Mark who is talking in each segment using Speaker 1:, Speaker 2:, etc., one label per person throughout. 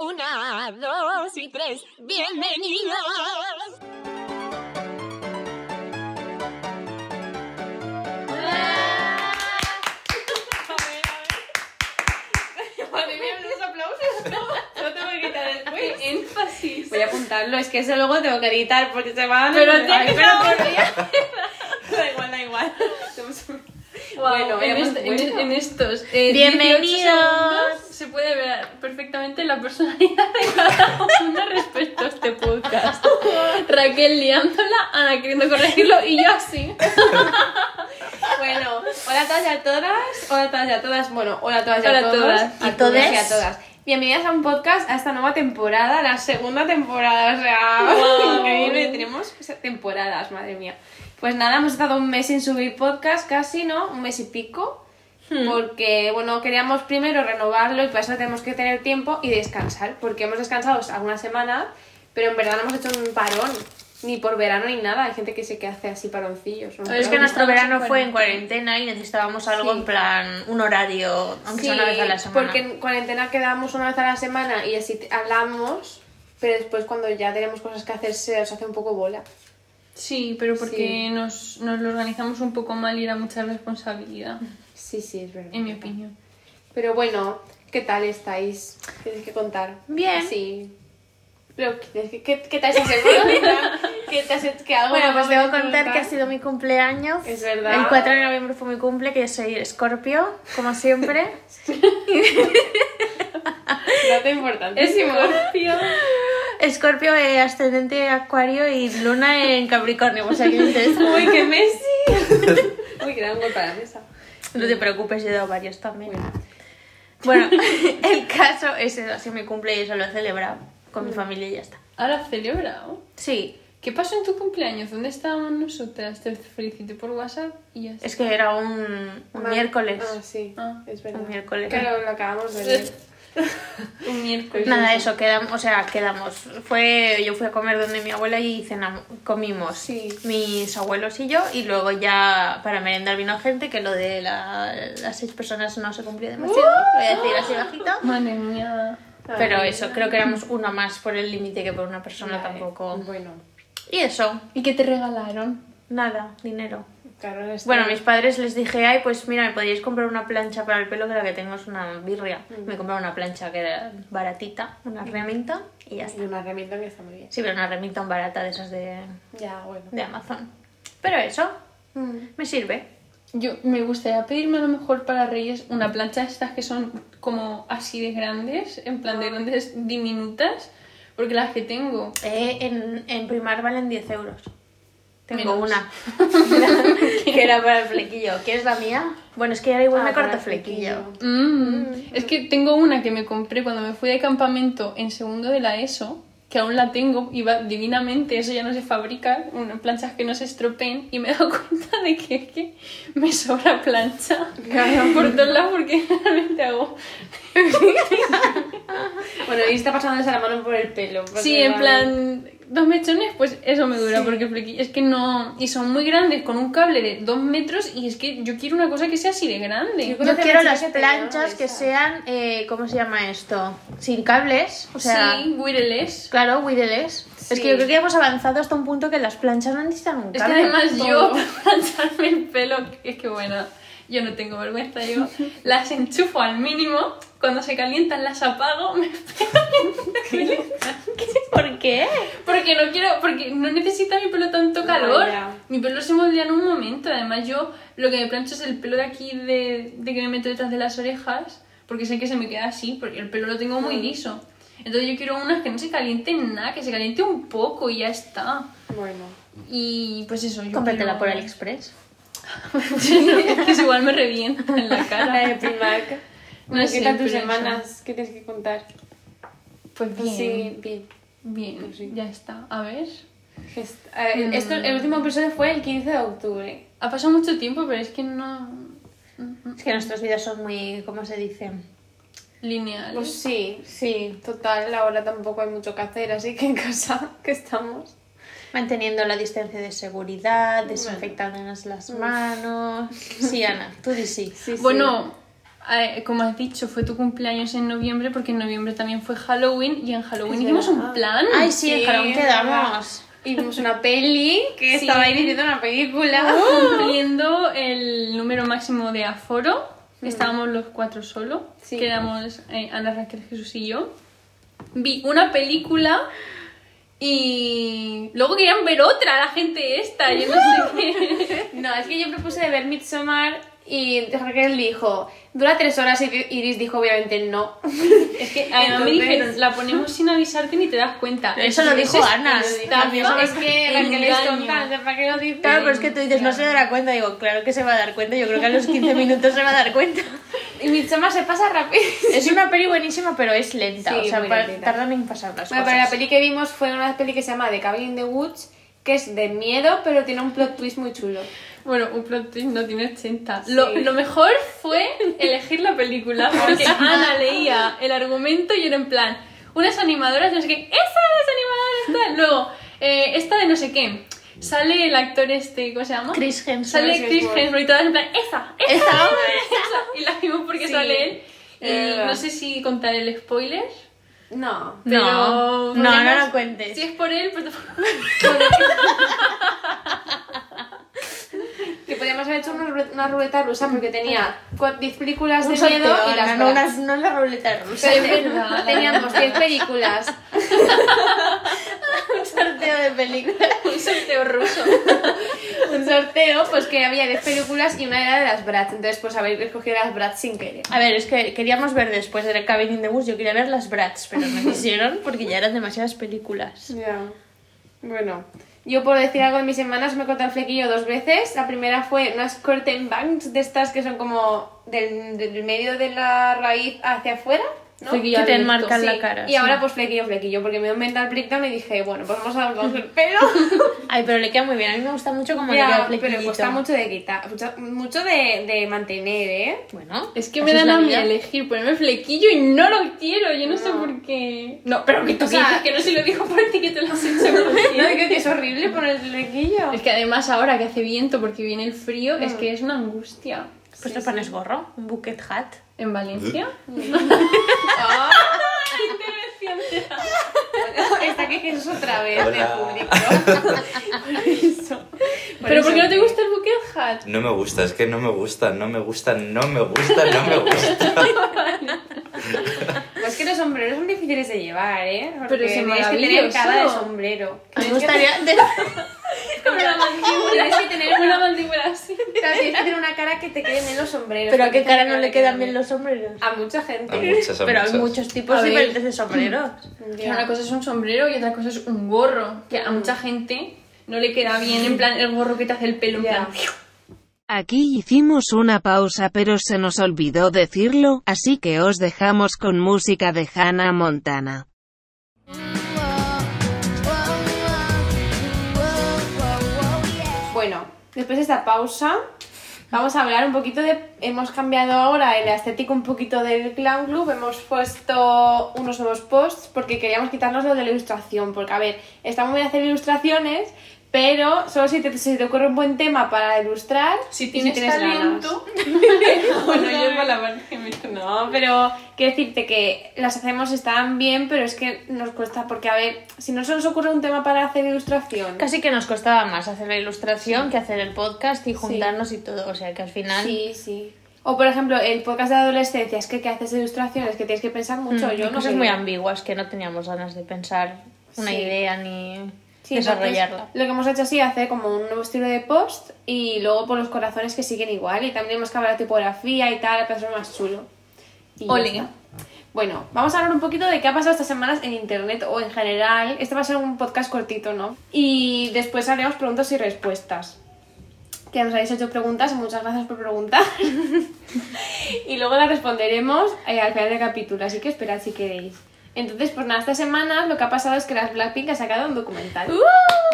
Speaker 1: Una, dos y tres. Bienvenidos.
Speaker 2: No tengo que quitar el quiz.
Speaker 3: énfasis.
Speaker 2: Voy a apuntarlo, es que eso luego tengo que editar porque se van.
Speaker 3: Pero
Speaker 2: Ay,
Speaker 3: tiene que
Speaker 2: pero
Speaker 3: ser
Speaker 2: por Dios. Da igual, da igual. Bueno,
Speaker 3: bueno, en,
Speaker 2: hemos
Speaker 3: este- en-
Speaker 2: vuelto.
Speaker 3: en estos. eh,
Speaker 2: Bienvenidos.
Speaker 3: 18 segundos Se puede ver perfectamente la personalidad de cada uno respecto a este podcast. Raquel liándola, Ana queriendo corregirlo y yo así.
Speaker 2: Bueno, hola a todas y a todas. Hola a todas y a todas. Bueno, hola a todas y
Speaker 3: Hola
Speaker 2: a
Speaker 3: a
Speaker 2: todos.
Speaker 3: todas.
Speaker 2: A todos y a todas. Bienvenidas a un podcast, a esta nueva temporada, la segunda temporada. O sea,
Speaker 3: Wow.
Speaker 2: increíble. Tenemos pues, temporadas, madre mía. Pues nada, hemos estado un mes sin subir podcast, casi, ¿no? Un mes y pico. Porque, bueno, queríamos primero renovarlo y para eso tenemos que tener tiempo y descansar. Porque hemos descansado algunas semanas, pero en verdad no hemos hecho un parón. Ni por verano ni nada. Hay gente que se que hace así paroncillos. ¿no?
Speaker 4: Es que
Speaker 2: Pero-
Speaker 4: nuestro
Speaker 3: estamos en
Speaker 4: verano fue en cuarentena y necesitábamos algo
Speaker 2: Sí.
Speaker 4: en plan un horario, aunque sea
Speaker 2: Sí,
Speaker 4: una vez a la semana.
Speaker 2: Porque en cuarentena quedamos una vez a la semana y así te- hablamos, pero después cuando ya tenemos cosas que hacer se nos hace un poco bola.
Speaker 3: Sí, pero
Speaker 2: porque
Speaker 3: porque Nos, lo organizamos un poco mal y era mucha responsabilidad,
Speaker 2: Sí, sí, es verdad.
Speaker 3: en mi opinión.
Speaker 2: Pero bueno, ¿qué tal estáis? Tienes que contar.
Speaker 4: Bien.
Speaker 2: Sí. Pero, ¿qué, qué, qué te has hecho? ¿Qué te has hecho? ¿Qué algo
Speaker 4: Bueno, pues
Speaker 2: nuevo
Speaker 4: debo contar que ha sido mi cumpleaños.
Speaker 2: Es verdad.
Speaker 4: El 4 de noviembre fue mi cumple, que yo soy escorpio, como siempre.
Speaker 2: Dato importante.
Speaker 4: Escorpio, eh, ascendente acuario y luna en capricornio, o sea que no te-
Speaker 2: Uy, qué Messi. Uy, gran golpe para la mesa.
Speaker 4: No te preocupes, yo he dado varios también. Bueno, el caso es eso, así mi cumple y eso lo he celebrado
Speaker 2: Mm.
Speaker 4: con mi familia y ya está.
Speaker 3: Ahora celebrado.
Speaker 4: Sí,
Speaker 3: ¿Qué pasó en tu cumpleaños? ¿Dónde estábamos nosotras? Te felicité por WhatsApp y ya está.
Speaker 4: es que era un, un
Speaker 2: Ma-
Speaker 4: miércoles.
Speaker 2: Ah, sí.
Speaker 3: Ah.
Speaker 2: es verdad.
Speaker 4: Un miércoles.
Speaker 2: Claro, lo acabamos de ver.
Speaker 3: Un miércoles.
Speaker 4: Nada, eso, quedamos, o sea, quedamos. Fue, yo fui a comer donde mi abuela y cenamos, comimos
Speaker 2: Sí.
Speaker 4: mis abuelos y yo, y luego ya para merendar vino gente, que lo de la- las seis personas no se cumplió demasiado, lo voy a decir así bajito.
Speaker 3: Madre mía.
Speaker 4: Pero eso, creo que éramos una más por el límite que por una persona
Speaker 2: Ah, Vale.
Speaker 4: tampoco.
Speaker 2: Bueno,
Speaker 4: Y eso,
Speaker 3: ¿Y qué te regalaron?
Speaker 4: nada, dinero.
Speaker 2: Carol está-
Speaker 4: Bueno, a mis padres les dije, ay, pues mira, me podríais comprar una plancha para el pelo, que la que tengo es una birria.
Speaker 3: Mm.
Speaker 4: Me compraron una plancha que era baratita, una herramienta, y ya está.
Speaker 2: Y una herramienta que está muy bien.
Speaker 4: Sí, pero una herramienta tan barata de esas de,
Speaker 2: Ya, bueno.
Speaker 4: de Amazon. Pero eso, me sirve.
Speaker 3: Yo me gustaría pedirme a lo mejor para Reyes una plancha de estas que son como así de grandes, en plan
Speaker 4: Ah.
Speaker 3: de grandes diminutas, porque las que tengo.
Speaker 4: Eh, en, en Primar valen 10 euros. Tengo
Speaker 3: Menos.
Speaker 4: una. que era para el flequillo. ¿Quieres la mía? Bueno, es que ahora igual
Speaker 2: Ah,
Speaker 4: me
Speaker 2: para
Speaker 4: corto
Speaker 2: el
Speaker 4: flequillo.
Speaker 2: flequillo.
Speaker 3: Mm. Es que tengo una que me compré cuando me fui de campamento en segundo de la ESO, que aún la tengo y va divinamente, eso ya no se fabrica, unas planchas que no se estropeen, y me he dado cuenta de que, es que me sobra plancha por todos lados porque realmente hago.
Speaker 2: Bueno, y está pasándose la mano por el pelo. porque
Speaker 3: Sí, en
Speaker 2: va-
Speaker 3: plan, dos mechones, pues eso me dura, porque flequi- es que no. Y son muy grandes, con un cable de dos metros, y es que yo quiero una cosa que sea así de grande.
Speaker 2: Yo
Speaker 4: Yo
Speaker 2: creo que
Speaker 4: quiero
Speaker 2: me
Speaker 4: las
Speaker 2: tienes que tener
Speaker 4: planchas
Speaker 2: una de
Speaker 4: que
Speaker 2: esas.
Speaker 4: sean, eh, ¿cómo se llama esto? Sin cables. O sea,
Speaker 3: sí, wireless.
Speaker 4: claro, wireless. Es que yo creo que hemos avanzado hasta un punto que las planchas no necesitan un
Speaker 3: Es que
Speaker 4: cable.
Speaker 3: además yo,
Speaker 2: todo.
Speaker 3: para plancharme el pelo, que es que bueno, yo no tengo vergüenza, yo las enchufo al mínimo, cuando se calientan las apago, me
Speaker 4: ¿Por qué?
Speaker 3: Porque no quiero, porque no necesita mi pelo tanto
Speaker 2: No,
Speaker 3: calor.
Speaker 2: ya.
Speaker 3: Mi pelo se moldea en un momento. Además, yo lo que me plancho es el pelo de aquí de, de que me meto detrás de las orejas, porque sé que se me queda así, porque el pelo lo tengo muy liso. Entonces yo quiero unas que no se calienten nada, que se caliente un poco y ya está.
Speaker 2: Bueno.
Speaker 3: Y pues eso, yo
Speaker 4: Cómpratela
Speaker 3: quiero-
Speaker 4: por AliExpress.
Speaker 3: que es igual me revienta en la
Speaker 2: La
Speaker 3: cara.
Speaker 2: de Primark.
Speaker 3: No
Speaker 2: No
Speaker 3: sé,
Speaker 2: ¿Qué tal
Speaker 3: pero
Speaker 2: tus
Speaker 3: eso.
Speaker 2: semanas? ¿Qué tienes que contar?
Speaker 3: Pues bien,
Speaker 2: Sí, bien.
Speaker 3: bien,
Speaker 2: Pues sí.
Speaker 3: ya está. A ver.
Speaker 2: Gest- a ver, Esto, el último episodio fue el 15 de octubre.
Speaker 3: Ha pasado mucho tiempo, pero es que no...
Speaker 4: Es que nuestras vidas son muy, ¿cómo se dice?
Speaker 3: Lineal.
Speaker 2: Pues sí, sí. Total, ahora tampoco hay mucho que hacer, así que en casa que estamos.
Speaker 4: Manteniendo la distancia de seguridad, desinfectándonos las manos. Sí, Ana, tú di sí.
Speaker 2: Sí, sí.
Speaker 3: Bueno, eh, como has dicho, fue tu cumpleaños en noviembre, porque en noviembre también fue Halloween y en Halloween
Speaker 2: Es
Speaker 3: hicimos
Speaker 2: verdad.
Speaker 3: un plan.
Speaker 4: Ay, sí,
Speaker 2: Sí,
Speaker 4: en Jalón
Speaker 2: es
Speaker 4: quedamos.
Speaker 2: Y vimos una peli que
Speaker 3: Sí.
Speaker 2: estaba ahí diciendo una película.
Speaker 3: Cumpliendo el número máximo de aforo, estábamos los cuatro solo,
Speaker 2: Mm. Sí.
Speaker 3: que éramos eh, Ana Raquel, Jesús y yo. Vi una película y luego querían ver otra, la gente esta, yo no sé qué.
Speaker 2: No, es que yo propuse de ver Midsommar y Raquel dijo, dura tres horas y Iris dijo obviamente no.
Speaker 3: Es que además me
Speaker 2: Entonces-
Speaker 3: dijeron, la ponemos sin avisarte ni te das cuenta.
Speaker 4: Eso lo dijo
Speaker 3: es
Speaker 4: Ana.
Speaker 3: estafa,
Speaker 2: Eso es que Raquel es
Speaker 3: engaño.
Speaker 2: tonta, entonces Raquel no dice.
Speaker 4: Claro, pero es que tú dices, no se dará cuenta. Digo, claro que se va a dar cuenta. Yo creo que a los 15 minutos se va a dar cuenta.
Speaker 2: Y Midsommar se pasa rapidísimo.
Speaker 4: Es una peli buenísima, pero es lenta.
Speaker 2: Sí,
Speaker 4: o sea,
Speaker 2: muy
Speaker 4: pa-
Speaker 2: lentita.
Speaker 4: tardan en pasar las
Speaker 2: Bueno, pero la
Speaker 4: cosas.
Speaker 2: peli que vimos fue una peli que se llama The Cabin in the Woods, que es de miedo, pero tiene un plot twist muy chulo.
Speaker 3: Bueno, un plot twist no tiene 80. Lo, lo mejor fue elegir la película, porque Ana leía el argumento y era en plan, unas animadoras, no sé qué, esa de las animadoras tal, luego, eh, esta de no sé qué, sale el actor este, ¿cómo se llama?
Speaker 4: Chris Hemsworth.
Speaker 3: Sale Chris
Speaker 2: Hemsworth.
Speaker 3: Hemsworth y todas en plan, esa, esa,
Speaker 4: Esa.
Speaker 3: esa, esa. Y la vimos porque
Speaker 2: Sí.
Speaker 3: sale él. Y
Speaker 2: Eh.
Speaker 3: no sé si contar el spoiler.
Speaker 2: No.
Speaker 4: No,
Speaker 3: pero
Speaker 4: no, no
Speaker 3: podemos-
Speaker 4: lo cuentes.
Speaker 3: Si es por él, pues tampoco.
Speaker 2: Que podríamos haber hecho una, ru- una ruleta rusa porque tenía cua- 10 películas de
Speaker 4: Un sorteo,
Speaker 2: miedo y las
Speaker 4: no, no,
Speaker 2: verás.
Speaker 4: unas- no es la ruleta rusa.
Speaker 2: Pero
Speaker 3: Es verdad, la
Speaker 2: Teníamos 10 películas.
Speaker 4: Un sorteo de películas.
Speaker 3: Un sorteo ruso.
Speaker 2: Un sorteo, pues que había 10 películas y una era de las Bratz. Entonces, pues habéis escogido las Bratz sin querer.
Speaker 4: A ver, es que queríamos ver después de Cabin in the Woods. Yo quería ver las Bratz, pero no quisieron porque ya eran demasiadas películas.
Speaker 2: Ya. Bueno. Yo por decir algo de mis semanas me corté el flequillo dos veces. La primera fue unas curtain bangs de estas que son como del, del medio de la raíz hacia afuera. ¿no?
Speaker 3: Flequillo
Speaker 4: que te
Speaker 3: abierto.
Speaker 4: enmarcan
Speaker 2: Sí.
Speaker 4: la cara.
Speaker 2: Y
Speaker 4: sí.
Speaker 2: ahora pues flequillo, flequillo, porque me dio un mental breakdown y dije, bueno, pues vamos a con el pelo.
Speaker 4: Ay, pero le queda muy bien. A mí me gusta mucho como
Speaker 2: Ya,
Speaker 4: le queda el
Speaker 2: pero cuesta
Speaker 4: flequillito.
Speaker 2: mucho de quitar, mucho, mucho de, de mantener, ¿eh?
Speaker 4: Bueno,
Speaker 3: Es que
Speaker 4: así
Speaker 3: me dan
Speaker 4: la
Speaker 3: a mí
Speaker 4: vida.
Speaker 3: a elegir ponerme flequillo y no lo quiero, yo no, sé por qué. No, pero que tú
Speaker 2: O sea-
Speaker 3: dices que no se lo dijo por ti que te lo has hecho por ti.
Speaker 2: No digo que es horrible poner el flequillo.
Speaker 3: Es que además ahora que hace viento porque viene el frío, es que es una angustia.
Speaker 4: Pues te pones gorro, un bucket hat.
Speaker 3: ¿En Valencia?
Speaker 2: Ah,
Speaker 3: Interesante.
Speaker 2: está aquí Jesús otra vez de
Speaker 5: Hola.
Speaker 2: público. Por eso.
Speaker 3: ¿Pero por qué no
Speaker 2: eso
Speaker 3: te gusta el bucket hat?
Speaker 5: No me gusta, es que no me gusta, no me gusta, no me gusta, no me gusta.
Speaker 2: Pues que los sombreros son difíciles de llevar, ¿eh? Porque
Speaker 3: Pero es
Speaker 2: tienes que tener
Speaker 3: maravilloso.
Speaker 2: cara de sombrero.
Speaker 4: Me
Speaker 2: Tienes que-
Speaker 4: gustaría...
Speaker 3: Como la mandíbula.
Speaker 2: Tienes que tener
Speaker 3: una
Speaker 2: una-
Speaker 3: mandíbula así.
Speaker 2: Claro, tienes que tener una cara que te queden bien los sombreros.
Speaker 4: Pero a
Speaker 2: porque
Speaker 4: qué cara
Speaker 2: esa
Speaker 4: no le
Speaker 2: te
Speaker 4: quedan bien los sombreros.
Speaker 2: A mucha gente.
Speaker 5: A muchas, a
Speaker 4: Pero hay
Speaker 5: muchas.
Speaker 4: muchos tipos
Speaker 3: A ver.
Speaker 4: diferentes de sombreros.
Speaker 2: Ya.
Speaker 3: Que una cosa es un sombrero y otra cosa es un gorro. Que a mucha gente no le queda bien, en plan, el gorro que te hace el pelo, en
Speaker 2: Ya.
Speaker 3: plan.
Speaker 6: Aquí hicimos una pausa pero se nos olvidó decirlo, así que os dejamos con música de Hannah Montana.
Speaker 2: Bueno, después de esta pausa, vamos a hablar un poquito de. Hemos cambiado ahora el estético un poquito del Clown Club, hemos puesto unos nuevos posts porque queríamos quitarnos lo de la ilustración. Porque, a ver, está muy bien hacer ilustraciones, pero solo si te, si te ocurre un buen tema para ilustrar. y
Speaker 3: Si tienes,
Speaker 2: ganas.
Speaker 3: talento. bueno, yo es palabra que me
Speaker 2: No, pero quiero decirte que las hacemos, están bien, pero es que nos cuesta, porque a ver, si no se nos ocurre un tema para hacer ilustración.
Speaker 4: Casi que nos costaba más hacer la ilustración que hacer el podcast y juntarnos y todo. O sea, que al final...
Speaker 2: Sí, sí. O por ejemplo, el podcast de adolescencia, es que, que haces ilustraciones, que tienes que pensar mucho. yo no
Speaker 4: Mm, cosas
Speaker 2: sé.
Speaker 4: muy ambiguas que no teníamos ganas de pensar una
Speaker 2: Sí.
Speaker 4: idea ni
Speaker 2: Sí,
Speaker 4: desarrollarla.
Speaker 2: entonces, Lo que hemos hecho sí, hacer como un nuevo estilo de post y luego por los corazones que siguen igual y también hemos cambiado la tipografía y tal, para ser más chulo. Y ya
Speaker 3: Ole.
Speaker 2: está. Bueno, vamos a hablar un poquito de qué ha pasado estas semanas en internet o en general. Este va a ser un podcast cortito, ¿no? Y después haremos preguntas y respuestas. Que nos habéis hecho preguntas, muchas gracias por preguntar. y luego las responderemos eh, al final del capítulo, así que esperad si queréis. Entonces, pues nada, esta semana lo que ha pasado es que las Blackpink ha sacado un documental.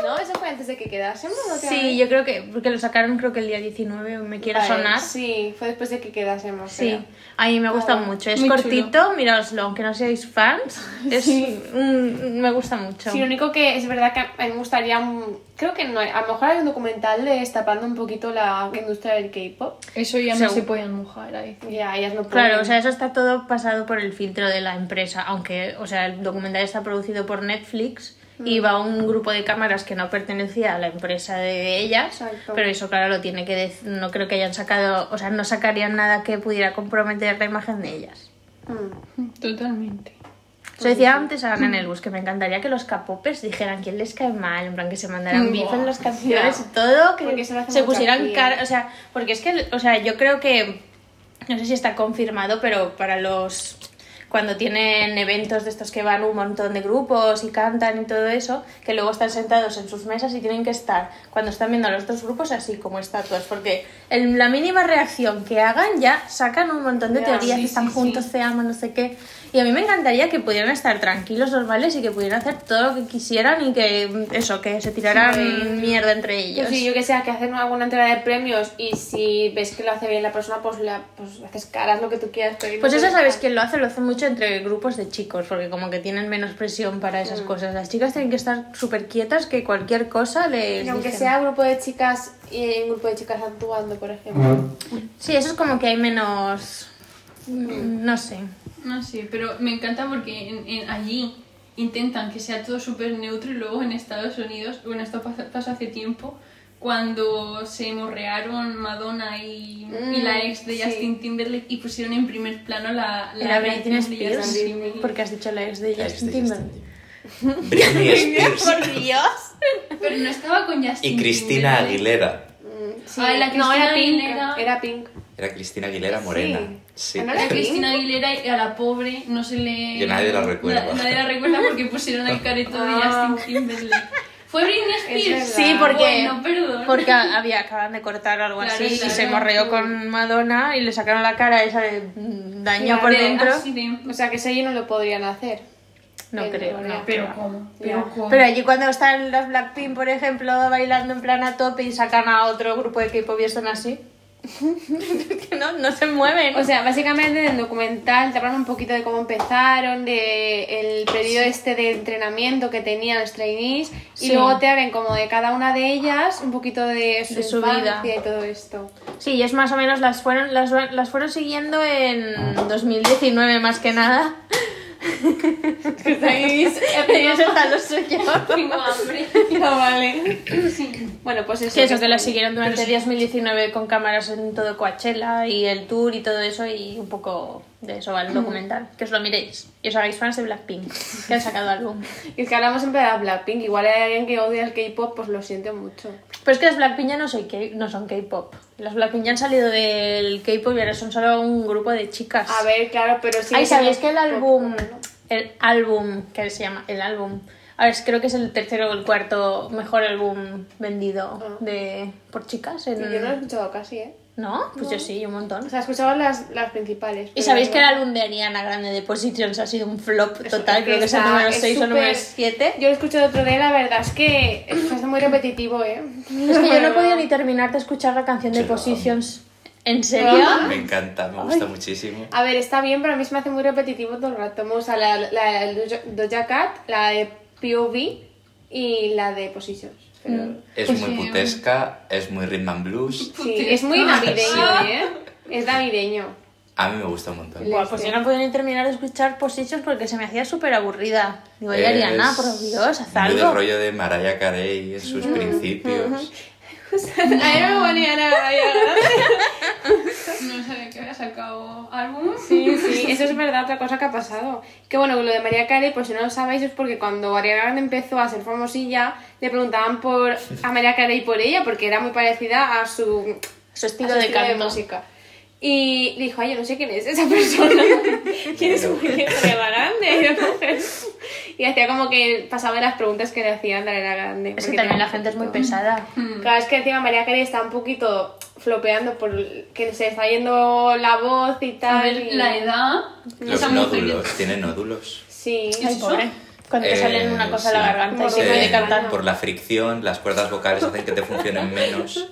Speaker 2: ¿No? ¿Eso fue antes de que quedásemos? ¿no?
Speaker 4: ¡Uh! Sí, yo creo que porque lo sacaron creo que el día 19, me quiere
Speaker 2: Vale,
Speaker 4: sonar. Sí.
Speaker 2: Sí, fue después de que quedásemos. creo.
Speaker 4: a mí me gusta mucho. Es
Speaker 3: muy
Speaker 4: cortito, miraoslo, aunque no seáis fans. Es un- me gusta mucho.
Speaker 2: Sí, lo único que es verdad que a mí me gustaría. un- Creo que no, hay- a lo mejor hay un documental de destapando un poquito la industria del K-pop.
Speaker 3: Eso ya no
Speaker 4: Seguro.
Speaker 3: se pueden mojar ahí.
Speaker 2: Ya, ellas no pueden.
Speaker 4: Claro, o sea, eso está todo pasado por el filtro de la empresa, aunque, o sea, el documental está producido por Netflix y
Speaker 2: Mm.
Speaker 4: va un grupo de cámaras que no pertenecía a la empresa de ellas,
Speaker 2: Exacto.
Speaker 4: pero eso claro lo tiene que dec- no creo que hayan sacado, o sea, no sacarían nada que pudiera comprometer la imagen de ellas.
Speaker 2: Mm.
Speaker 3: Totalmente.
Speaker 4: Eso decía antes a Ana en el bus que me encantaría que los capopers dijeran quién les cae mal, en plan que se mandaran
Speaker 3: Buah,
Speaker 4: bif en las canciones
Speaker 2: ya.
Speaker 4: y todo,
Speaker 2: Porque
Speaker 4: que
Speaker 2: eso lo hace
Speaker 4: se
Speaker 2: mucha
Speaker 4: pusieran
Speaker 2: piel.
Speaker 4: cara, o sea, porque es que, o sea, yo creo que, no sé si está confirmado, pero para los, cuando tienen eventos de estos que van un montón de grupos y cantan y todo eso, que luego están sentados en sus mesas y tienen que estar, cuando están viendo a los otros grupos, así como estatuas, porque en la mínima reacción que hagan ya sacan un montón de
Speaker 2: Ya,
Speaker 4: teorías,
Speaker 2: sí,
Speaker 4: están
Speaker 2: sí,
Speaker 4: juntos,
Speaker 2: sí.
Speaker 4: se aman, no sé qué. Y a mí me encantaría que pudieran estar tranquilos, normales, y que pudieran hacer todo lo que quisieran y que eso, que se tiraran mierda entre
Speaker 2: Yo
Speaker 4: ellos.
Speaker 2: Pues sí, yo que sea, que hacen alguna entrega de premios y si ves que lo hace bien la persona, pues, la, pues haces caras, lo que tú quieras. Pero
Speaker 4: Pues
Speaker 2: no
Speaker 4: eso
Speaker 2: te-
Speaker 4: sabes quién lo hace, lo hace mucho entre grupos de chicos, porque como que tienen menos presión para esas
Speaker 2: Mm.
Speaker 4: cosas. Las chicas tienen que estar súper quietas que cualquier cosa les...
Speaker 2: Y aunque
Speaker 4: dicen.
Speaker 2: sea grupo de chicas y un grupo de chicas actuando, por ejemplo.
Speaker 4: Sí, eso es como que hay menos... mm, No sé.
Speaker 3: No sé, pero me encanta porque en- en- allí intentan que sea todo súper neutro y luego en Estados Unidos, bueno, esto pas- pasó hace tiempo, cuando se morrearon Madonna y,
Speaker 2: Mm,
Speaker 3: y la ex de
Speaker 2: sí.
Speaker 3: Justin Timberlake y pusieron en primer plano la,
Speaker 4: La Britney
Speaker 3: reacción de
Speaker 4: Spears,
Speaker 3: Justin Timberlake.
Speaker 4: porque has dicho la ex de
Speaker 5: Ya, este
Speaker 4: Justin
Speaker 5: Justin
Speaker 4: Timberlake.
Speaker 5: Timberlake. Britney Spears
Speaker 4: Por Dios.
Speaker 3: Pero no estaba con Justin
Speaker 5: y Cristina
Speaker 3: Timberlake.
Speaker 5: Aguilera.
Speaker 2: Mm, sí.
Speaker 3: Ay, la
Speaker 2: no,
Speaker 3: Cristina
Speaker 2: era Pink.
Speaker 3: Aguilera.
Speaker 2: Era Pink.
Speaker 5: Era Cristina Aguilera Morena. Sí.
Speaker 2: Ah, no
Speaker 3: A Cristina Aguilera y a la pobre no se le...
Speaker 5: Que nadie la recuerda.
Speaker 3: Na- nadie la recuerda porque pusieron el careto de
Speaker 2: Ah.
Speaker 3: Justin Timberlake. ¿Fue Britney Spears?
Speaker 2: verdad.
Speaker 4: Sí, porque,
Speaker 3: Ah, Bueno, perdón.
Speaker 4: porque había, acaban de cortar o algo
Speaker 3: Claro,
Speaker 4: así y
Speaker 3: claro.
Speaker 4: se morreó con Madonna y le sacaron la cara esa de mm, daño por
Speaker 3: De- ah,
Speaker 4: dentro.
Speaker 3: así de-
Speaker 2: O sea, que eso allí no lo podrían hacer.
Speaker 4: No
Speaker 2: Pero
Speaker 4: creo,
Speaker 2: no.
Speaker 4: no.
Speaker 3: Pero cómo, pero cómo.
Speaker 4: Pero allí cuando están los Blackpink, por ejemplo, bailando en plan a tope y sacan a otro grupo de K-pop y están así. Es que no, no se mueven.
Speaker 2: O sea, básicamente en el documental te hablan un poquito de cómo empezaron, de el periodo este de entrenamiento que tenían los trainees y
Speaker 4: Sí.
Speaker 2: luego te hablan como de cada una de ellas un poquito de su,
Speaker 4: De su
Speaker 2: infancia
Speaker 4: vida.
Speaker 2: y todo esto.
Speaker 4: sí, y es más o menos las fueron, las, las fueron siguiendo en 2019 más que nada.
Speaker 3: Pues
Speaker 2: Ellos
Speaker 4: Ellos están los suyos.
Speaker 3: Tengo hambre.
Speaker 2: No Ah, vale. Bueno, pues eso.
Speaker 4: Sí, eso que
Speaker 2: la
Speaker 4: la siguieron durante 2019 con cámaras en todo Coachella y el tour y todo eso y un poco de eso
Speaker 2: Mm.
Speaker 4: va el documental. Que os lo miréis y os hagáis fans de Blackpink, que han sacado álbum.
Speaker 2: Es que hablamos siempre de las Blackpink. Igual hay alguien que odia el K-pop, pues lo siento mucho.
Speaker 4: Pero es que las Blackpink ya no, soy K- no son K-pop. Las Blackpink ya han salido del K-pop y ahora son solo un grupo de chicas.
Speaker 2: A ver, claro, pero sí.
Speaker 4: Ay, ¿sabéis que el álbum,
Speaker 2: Bueno,
Speaker 4: el álbum, que se llama el álbum, a ver, creo que es el tercero o el cuarto mejor álbum vendido de por chicas en...
Speaker 2: Ah. sí, Yo no lo he escuchado casi, ¿eh?
Speaker 4: ¿No? Pues yo sí, un montón.
Speaker 2: O sea, he escuchado las, las principales.
Speaker 4: Y
Speaker 2: pero
Speaker 4: sabéis
Speaker 2: no-
Speaker 4: que el álbum de Ariana Grande de Positions ha sido un flop total,
Speaker 2: Es
Speaker 4: creo que es el
Speaker 2: está-
Speaker 4: número
Speaker 2: es
Speaker 4: 6 o
Speaker 2: súper-
Speaker 4: número 7.
Speaker 2: Yo lo escuché el otro día, la verdad es que es muy repetitivo, ¿eh?
Speaker 4: Es que yo no podía ni terminar de escuchar la canción de
Speaker 5: Yo no.
Speaker 4: Positions. Ah, ¿En serio?
Speaker 5: Me encanta, me gusta muchísimo.
Speaker 4: Ah,
Speaker 2: A ver, está bien, pero a mí se me hace muy repetitivo todo el rato. O sea, la, la el Doja- Doja Cat, la de POV y la de Positions. Pero...
Speaker 5: Es
Speaker 4: pues
Speaker 5: muy putesca, es muy rhythm and blues.
Speaker 2: Sí, es
Speaker 3: Ah,
Speaker 2: muy navideño, ¿eh? Es navideño.
Speaker 5: A mí me gusta un montón.
Speaker 4: Buah, pues yo no podía ni terminar de escuchar Positions porque se me hacía súper aburrida. Digo, oye Ariana,
Speaker 5: Es
Speaker 4: por Dios, haz
Speaker 5: Muy del
Speaker 4: algo.
Speaker 5: rollo de Mariah Carey en sus principios.
Speaker 2: Ay, no me ponía nada, ya, ¿verdad?
Speaker 3: No sabía que había sacado álbum.
Speaker 2: Sí, sí, eso es verdad, otra cosa que ha pasado. Que bueno, lo de María Carey, pues si no lo sabéis, es porque cuando Ariana Grande empezó a ser famosilla, le preguntaban por a María Carey por ella, porque era muy parecida a su
Speaker 4: Su
Speaker 2: a
Speaker 4: estilo
Speaker 2: su
Speaker 4: de canto.
Speaker 2: música. Y dijo, ay, yo no sé quién es esa persona. ¿Quién es María Grande? y hacía como que pasaba de las preguntas que le hacían de Ariana Grande.
Speaker 4: Es que
Speaker 2: porque
Speaker 4: también
Speaker 2: tenía
Speaker 4: la gente es muy
Speaker 2: poquito.
Speaker 4: pesada.
Speaker 2: Claro, es que encima María Carey está un poquito flopeando por que se está yendo la voz y tal.
Speaker 3: A ver,
Speaker 2: y-
Speaker 3: la edad.
Speaker 5: Los
Speaker 3: esa mujer-
Speaker 5: nódulos, tiene nódulos.
Speaker 2: Sí,
Speaker 4: Ay, pobre. Cuando te
Speaker 5: Eh,
Speaker 4: salen una cosa a la
Speaker 5: sí.
Speaker 4: garganta y
Speaker 2: Por
Speaker 4: se puede
Speaker 5: Eh,
Speaker 4: cantar.
Speaker 5: Por la fricción, las cuerdas vocales hacen que te funcionen menos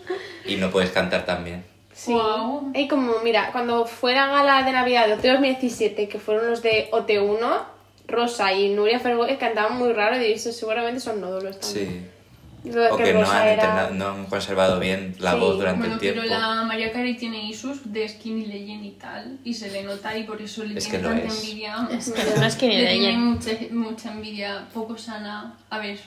Speaker 5: y no puedes cantar tan bien.
Speaker 2: Sí.
Speaker 3: Guau.
Speaker 2: Y como, mira, cuando fue la gala de Navidad de OT 2017, que fueron los de OT1, Rosa y Nuria Fergüez cantaban muy raro y eso seguramente son nódulos también.
Speaker 5: Sí.
Speaker 2: Lo de
Speaker 5: O
Speaker 2: que
Speaker 5: que no
Speaker 2: Rosa
Speaker 5: han,
Speaker 2: era-
Speaker 5: interna- no han conservado bien la
Speaker 2: Sí.
Speaker 5: voz durante
Speaker 3: Bueno,
Speaker 5: el
Speaker 3: pero
Speaker 5: tiempo.
Speaker 3: la María Carey tiene issues de Skinny Legend y tal, y se le nota y por eso le
Speaker 5: Es
Speaker 3: tiene
Speaker 5: que lo
Speaker 3: tanta
Speaker 5: es.
Speaker 3: envidia.
Speaker 4: Es que no es que ni
Speaker 3: le
Speaker 4: de
Speaker 3: tiene
Speaker 4: ella.
Speaker 3: mucha, mucha envidia, poco sana. A ver,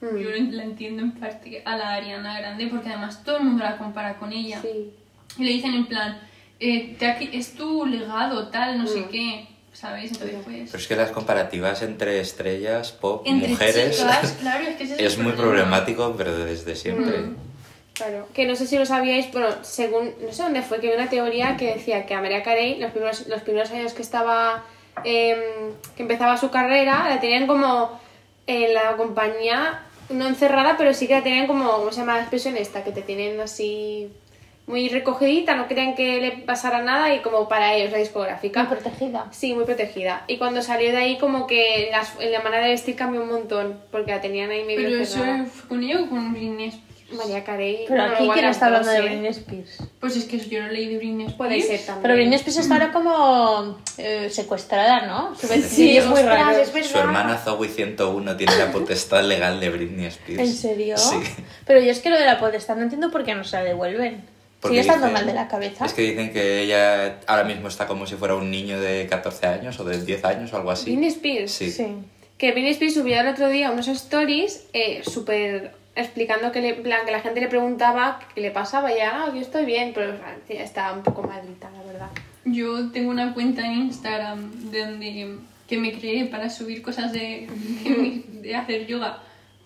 Speaker 3: yo la entiendo en parte a la Ariana Grande, porque además todo el mundo la compara con ella.
Speaker 2: Sí.
Speaker 3: Y le dicen en plan, eh, te ha qui- es tu legado, tal, no sé qué, ¿sabéis? Entonces, pues...
Speaker 5: Pero es que las comparativas entre estrellas, pop,
Speaker 3: Entre
Speaker 5: mujeres,
Speaker 3: chicas, claro, es que ese es el
Speaker 5: muy
Speaker 3: problema. Mm.
Speaker 5: problemático, pero desde siempre.
Speaker 2: Claro, que no sé si lo sabíais, bueno, según, no sé dónde fue, que había una teoría que decía que a María Carey, los primeros, los primeros años que estaba, em, que empezaba su carrera, la tenían como en la compañía, no encerrada, pero sí que la tenían como, ¿cómo se llama la expresión esta? Que te tienen así muy recogidita, no querían que le pasara nada y como para ellos la discográfica.
Speaker 4: protegida.
Speaker 2: Sí, muy protegida. Y cuando salió de ahí como que las- la manera de vestir cambió un montón, porque la tenían ahí medio
Speaker 3: Pero eso
Speaker 2: encerrada.
Speaker 3: fue con ella o con Britney Spears.
Speaker 2: María Carey.
Speaker 4: Pero
Speaker 2: bueno,
Speaker 4: aquí,
Speaker 2: igual
Speaker 4: ¿quién
Speaker 2: las
Speaker 4: está hablando
Speaker 2: dos,
Speaker 4: de
Speaker 2: ¿eh?
Speaker 4: Britney Spears?
Speaker 3: Pues es que yo no leí de Britney Spears.
Speaker 2: Puede ser también.
Speaker 4: Pero Britney Spears está ahora como eh, secuestrada, ¿no? Su vestido es muy
Speaker 2: ostras,
Speaker 4: raro.
Speaker 2: es verdad.
Speaker 5: Su hermana Zoe 101 tiene la potestad legal de Britney Spears.
Speaker 4: ¿En serio?
Speaker 5: Sí.
Speaker 4: Pero yo es que lo de la potestad no entiendo por qué no se la devuelven.
Speaker 5: Porque
Speaker 4: Sigue estando
Speaker 5: dicen-
Speaker 4: mal de la cabeza.
Speaker 5: Es que dicen que ella ahora mismo está como si fuera un niño de 14 años o de 10 años o algo así.
Speaker 2: Britney Spears.
Speaker 5: Sí.
Speaker 4: Sí.
Speaker 2: Que Britney Spears subió el otro día unos stories eh, súper explicando que, le, en plan, que la gente le preguntaba qué le pasaba y ya, "Ah, yo estoy bien, pero o sea, tía, está un poco maldita, la verdad.
Speaker 3: Yo tengo una cuenta en Instagram de donde que me creé para subir cosas de, de, mi- de hacer yoga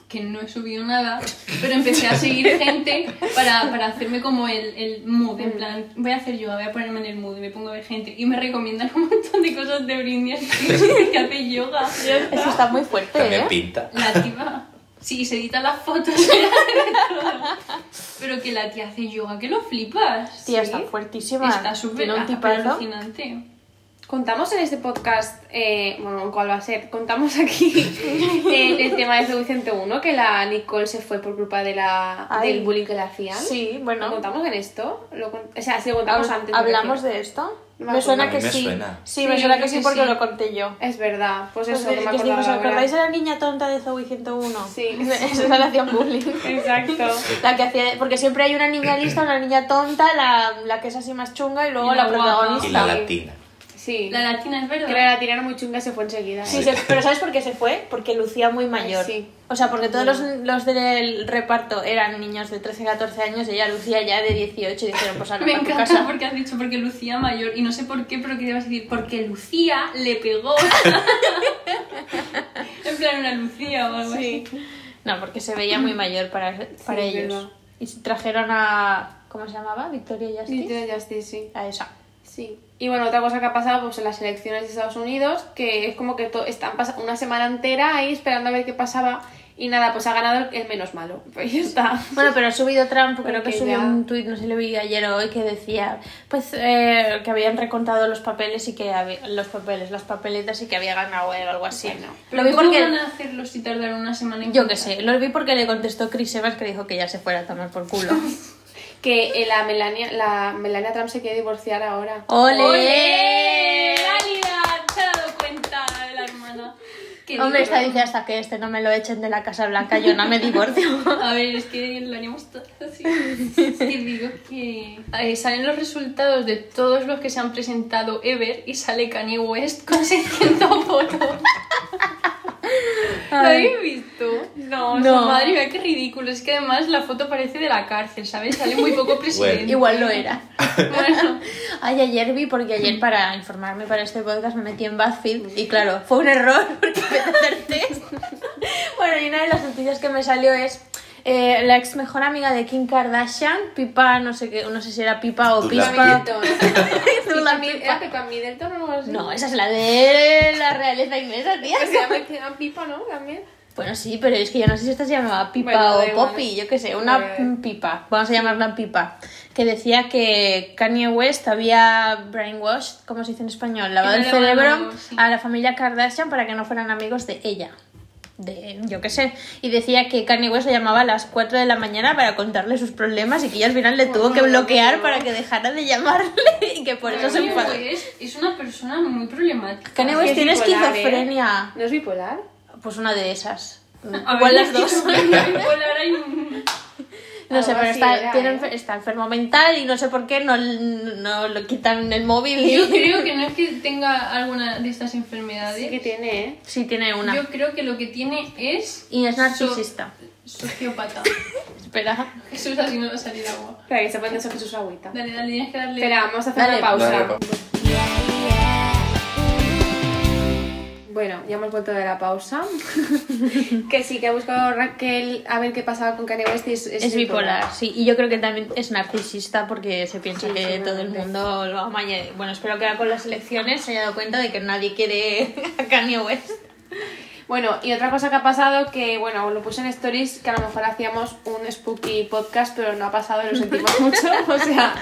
Speaker 3: que no he subido nada, pero empecé a seguir gente para, para hacerme como el, el mood, en plan, voy a hacer yoga, voy a ponerme en el mood y me pongo a ver gente y me recomiendan un montón de cosas de Britney Spears que hace yoga.
Speaker 4: Eso está muy fuerte,
Speaker 5: También
Speaker 4: ¿eh?
Speaker 5: pinta.
Speaker 3: La tía, sí, se editan las fotos, se hace todo. pero que la tía hace yoga, que lo flipas.
Speaker 4: Tía,
Speaker 2: Sí.
Speaker 4: está fuertísima.
Speaker 3: Está súper ah,
Speaker 4: Tiene un tipazo.
Speaker 3: alucinante.
Speaker 2: Contamos en este podcast, eh, bueno, ¿cuál va a ser? Contamos aquí eh, el tema de Zoe 101, que la Nicole se fue por culpa de la,
Speaker 4: Ay.
Speaker 2: del bullying que le hacían.
Speaker 4: Sí,
Speaker 2: ¿Lo
Speaker 4: bueno.
Speaker 2: contamos en esto? Lo con- o sea, si lo contamos
Speaker 4: Hab-
Speaker 2: antes. me
Speaker 4: ¿Hablamos
Speaker 2: refiero.
Speaker 4: de esto?
Speaker 2: No
Speaker 4: Me
Speaker 2: me
Speaker 4: suena
Speaker 5: acuerdo.
Speaker 4: que
Speaker 5: A mí me
Speaker 4: sí.
Speaker 5: suena.
Speaker 4: Sí, me
Speaker 3: Sí,
Speaker 4: suena
Speaker 3: yo creo
Speaker 4: que sí
Speaker 3: que
Speaker 4: porque
Speaker 3: sí.
Speaker 4: lo conté yo.
Speaker 2: Es verdad, pues
Speaker 4: Pues,
Speaker 2: eso,
Speaker 4: eh,
Speaker 2: que me
Speaker 4: que os digo, ¿Os
Speaker 2: acordaba ahora.
Speaker 4: acordáis de la niña tonta de Zoe 101?
Speaker 2: Sí.
Speaker 4: Esa le hacían bullying.
Speaker 2: Exacto.
Speaker 4: La que hacía, porque siempre hay una niña lista, una niña tonta, la, la que es así más chunga y luego
Speaker 3: Y
Speaker 4: la,
Speaker 3: la
Speaker 5: Y
Speaker 4: protagonista.
Speaker 5: la latina.
Speaker 2: Sí.
Speaker 3: La latina es verdad.
Speaker 2: Que la tiraron muy chunga se fue enseguida. ¿eh?
Speaker 4: Sí, se- pero ¿sabes por qué se fue? Porque lucía muy mayor.
Speaker 2: Sí.
Speaker 4: O sea, porque todos los, los del reparto eran niños de 13, 14 años y ella lucía ya de 18 y dijeron, pues ahora
Speaker 3: Me
Speaker 4: para tu
Speaker 3: encanta
Speaker 4: casa.
Speaker 3: porque has dicho porque Lucía mayor y no sé por qué, pero que debes decir porque Lucía le pegó. en plan una Lucía o algo
Speaker 4: Sí.
Speaker 3: así.
Speaker 4: No, porque se veía muy mayor para, para
Speaker 2: es
Speaker 4: ellos.
Speaker 2: verdad.
Speaker 4: Y trajeron a... ¿Cómo se llamaba? Victoria Justice.
Speaker 2: Y Taylor Justice, sí.
Speaker 4: A esa.
Speaker 2: Sí. Y bueno, otra cosa que ha pasado pues en las elecciones de Estados Unidos, que es como que to- están pas- una semana entera ahí esperando a ver qué pasaba y nada, pues ha ganado el, el menos malo. Pues ya está.
Speaker 4: Bueno, pero ha subido Trump, creo que
Speaker 2: Porque
Speaker 4: subió
Speaker 2: ya-
Speaker 4: un tuit, no sé, lo vi ayer o hoy, que decía pues eh, que habían recontado los papeles y que había- los papeles, las papeletas y que había ganado él o algo así.
Speaker 3: Pero
Speaker 4: Lo vi
Speaker 3: ¿cómo
Speaker 4: porque...
Speaker 3: van a hacerlo si tardaron una semana en
Speaker 4: Yo qué
Speaker 3: contar?
Speaker 4: sé, lo vi porque le contestó Chris Evans que dijo que ya se fuera a tomar por culo.
Speaker 2: Que eh, la Melania, la Melania Trump se quiere divorciar ahora.
Speaker 4: ¡Ole!
Speaker 3: ¡Ole!
Speaker 4: Eh.
Speaker 3: ¡Realidad! Se ha dado cuenta de la hermana. Que
Speaker 4: Hombre,
Speaker 3: digo,
Speaker 4: esta dice hasta que este no me lo echen de la Casa Blanca, yo no me divorcio.
Speaker 3: A ver, es que lo haríamos todos así. Es que digo que. Eh, salen los resultados de todos los que se han presentado ever y sale Kanye West con 600 votos. ¿Lo habéis visto? No,
Speaker 4: No.
Speaker 3: madre mía, qué ridículo. Es que además la foto parece de la cárcel, ¿sabes? Sale muy poco presidente.
Speaker 4: Igual lo era.
Speaker 3: Bueno,
Speaker 4: Ay, ayer vi, porque ayer para informarme para este podcast me metí en BuzzFeed y claro, fue un error porque me hacer test. Bueno, y una de las noticias que me salió es eh, la ex mejor amiga de Kim Kardashian, Pipa, no sé qué, no sé si era Pipa o
Speaker 5: Dula
Speaker 4: Pispa.
Speaker 5: Pipa.
Speaker 4: Dula
Speaker 2: Pippa Mid-
Speaker 4: Pipa.
Speaker 2: ¿Era Pippa Middleton o algo así?
Speaker 4: No, esa es la de la realeza inglesa, tía.
Speaker 2: Se llama- se llama Pipa, ¿no? También.
Speaker 4: Bueno, sí, pero es que yo no sé si esta se llamaba Pipa
Speaker 2: Bueno, da
Speaker 4: o
Speaker 2: igual.
Speaker 4: Poppy, yo qué sé, una
Speaker 2: Da igual.
Speaker 4: pipa, vamos a llamarla pipa, que decía que Kanye West había brainwashed, ¿cómo se dice en español? Lavado
Speaker 3: le
Speaker 4: el
Speaker 3: daban
Speaker 4: cerebro
Speaker 3: algo, sí.
Speaker 4: a la familia Kardashian para que no fueran amigos de ella. De, yo qué sé, y decía que Kanye West le llamaba a las 4 de la mañana para contarle sus problemas y que ella al final le tuvo que bloquear para que dejara de llamarle y que por eso se
Speaker 3: Kanye
Speaker 4: enfadó.
Speaker 3: West pues, es una persona muy problemática.
Speaker 4: Kanye West
Speaker 2: Es que
Speaker 4: tiene
Speaker 2: es bipolar, ¿eh?
Speaker 4: esquizofrenia.
Speaker 2: ¿No es bipolar?
Speaker 4: Pues una de esas.
Speaker 3: A ver,
Speaker 4: Igual las dos.
Speaker 3: bipolar hay un-
Speaker 4: No sé,
Speaker 2: Algo
Speaker 4: pero
Speaker 2: así
Speaker 4: está,
Speaker 2: era,
Speaker 4: tiene
Speaker 2: ¿eh?
Speaker 4: enfer- está enfermo mental y no sé por qué no, no lo quitan el móvil. y-
Speaker 3: Yo creo que no es que tenga alguna de estas enfermedades.
Speaker 2: Sí que tiene, ¿eh?
Speaker 4: Sí, tiene una.
Speaker 3: Yo creo que lo que tiene es.
Speaker 4: Y es
Speaker 3: so-
Speaker 4: narcisista.
Speaker 3: sociópata.
Speaker 4: Espera.
Speaker 3: Jesús, así no va a salir agua.
Speaker 2: Espera, que está poniendo sobre sus agüita.
Speaker 3: Dale, dale, tienes que darle.
Speaker 2: Espera, vamos a hacer
Speaker 4: Dale.
Speaker 2: una pausa.
Speaker 5: Dale, pa-
Speaker 2: Bueno, ya hemos vuelto de la pausa. que sí, que ha buscado Raquel a ver qué pasaba con Kanye West y es,
Speaker 4: Es bipolar, sí. Y yo creo que también es narcisista porque se piensa
Speaker 2: Sí,
Speaker 4: que todo el
Speaker 2: seguramente.
Speaker 4: mundo lo ama. y- Bueno, espero que ahora con las elecciones se haya dado cuenta de que nadie quiere a Kanye West.
Speaker 2: Bueno, y otra cosa que ha pasado, que bueno, lo puse en stories, que a lo mejor hacíamos un spooky podcast, pero no ha pasado, lo sentimos mucho. O sea,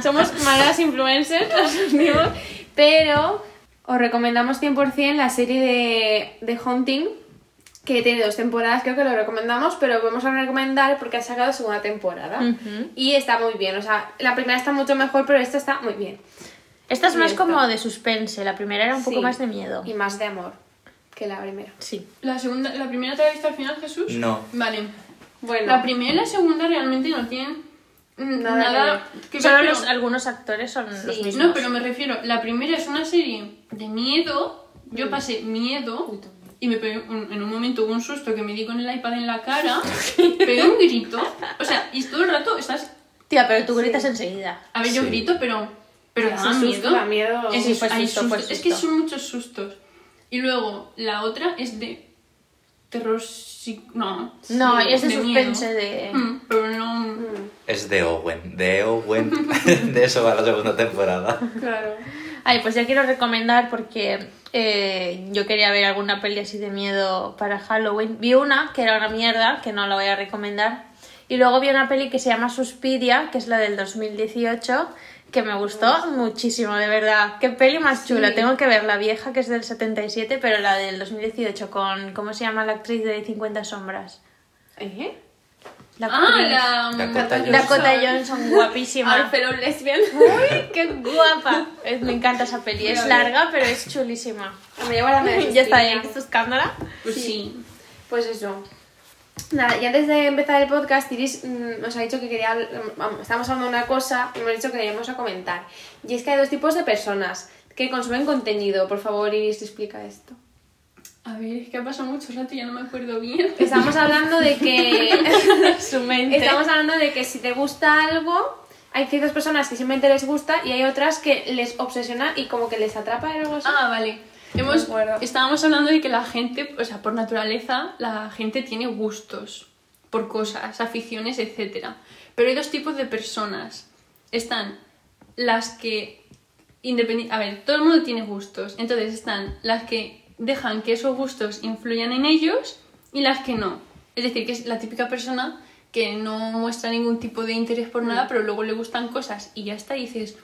Speaker 2: somos malas influencers, lo sentimos. Pero os recomendamos 100% la serie de, de Haunting, que tiene dos temporadas, creo que lo recomendamos, pero vamos a recomendar porque ha sacado segunda temporada. Y está muy bien, o sea, la primera está mucho mejor, pero esta está muy bien.
Speaker 4: Esta es más
Speaker 2: Cierto.
Speaker 4: como de suspense. La primera era un poco
Speaker 2: Sí.
Speaker 4: más de miedo.
Speaker 2: Y más de amor que la primera.
Speaker 4: Sí.
Speaker 3: La, segunda, ¿La primera te la has visto al final, Jesús?
Speaker 5: No.
Speaker 3: Vale.
Speaker 2: Bueno,
Speaker 3: La primera y la segunda realmente no tienen mm,
Speaker 2: Nada
Speaker 3: nada.
Speaker 2: que
Speaker 3: que ver,
Speaker 4: Solo
Speaker 3: pero-
Speaker 4: los- algunos actores son los mismos.
Speaker 3: No, pero me refiero, la primera es una serie de miedo.
Speaker 4: Mm.
Speaker 3: Yo pasé miedo y me pegué un- en un momento hubo un susto que me di con el iPad en la cara, pegué un grito. O sea, y todo el rato estás.
Speaker 4: Tía, pero tú gritas enseguida.
Speaker 3: A ver, yo
Speaker 5: Sí.
Speaker 3: grito, pero. Pero da
Speaker 2: susto,
Speaker 3: miedo.
Speaker 2: da miedo.
Speaker 3: Es,
Speaker 4: Sí, fue
Speaker 3: hay
Speaker 4: susto, fue
Speaker 3: susto. Es que
Speaker 4: susto.
Speaker 3: son muchos sustos. Y luego, la otra es de. Terror. psic- No.
Speaker 4: No,
Speaker 3: sí,
Speaker 4: es de
Speaker 3: miedo.
Speaker 4: suspense de...
Speaker 3: Mm, Pero no.
Speaker 5: Es de Owen, de Owen. de eso va la segunda temporada.
Speaker 2: claro.
Speaker 4: Ay, pues ya quiero recomendar porque eh, yo quería ver alguna peli así de miedo para Halloween. Vi una que era una mierda, que no la voy a recomendar. Y luego vi una peli que se llama Suspiria, que es la del 2018, que me gustó muchísimo, de verdad. Qué peli más chula. Tengo que ver la vieja, que es del 77, pero la del 2018 con... ¿Cómo se llama la actriz de 50 sombras?
Speaker 2: ¿Eh?
Speaker 4: La
Speaker 3: Ah,
Speaker 4: actriz.
Speaker 3: la.
Speaker 5: Dakota Johnson.
Speaker 4: Dakota Johnson, guapísima.
Speaker 2: pero lesbian.
Speaker 4: Uy, qué guapa. Es- me encanta esa peli. Es larga, pero es chulísima.
Speaker 2: Me llevo la madre
Speaker 4: Ya está ahí
Speaker 2: Cristina.
Speaker 4: sus cámaras.
Speaker 3: Pues sí.
Speaker 2: Pues eso. Nada, y antes de empezar el podcast, Iris mm, nos ha dicho que quería. habl- mm, Vamos, estamos hablando de una cosa y hemos dicho que íbamos a comentar. Y es que hay dos tipos de personas que consumen contenido. Por favor, Iris, explica esto.
Speaker 3: A ver, es que ha pasado mucho rato y ya no me acuerdo bien.
Speaker 2: Estamos hablando de que.
Speaker 4: Su mente.
Speaker 2: Estamos hablando de que si te gusta algo, hay ciertas personas que simplemente les gusta y hay otras que les obsesiona y como que les atrapa algo así.
Speaker 3: Ah, vale. Hemos,
Speaker 2: Me acuerdo.
Speaker 3: estábamos hablando de que la gente, o sea, por naturaleza, la gente tiene gustos por cosas, aficiones, etc. Pero hay dos tipos de personas. Están las que... Independi a ver, todo el mundo tiene gustos. Entonces están las que dejan que esos gustos influyan en ellos y las que no. Es decir, que es la típica persona que no muestra ningún tipo de interés por nada, pero luego le gustan cosas y ya está, y dices,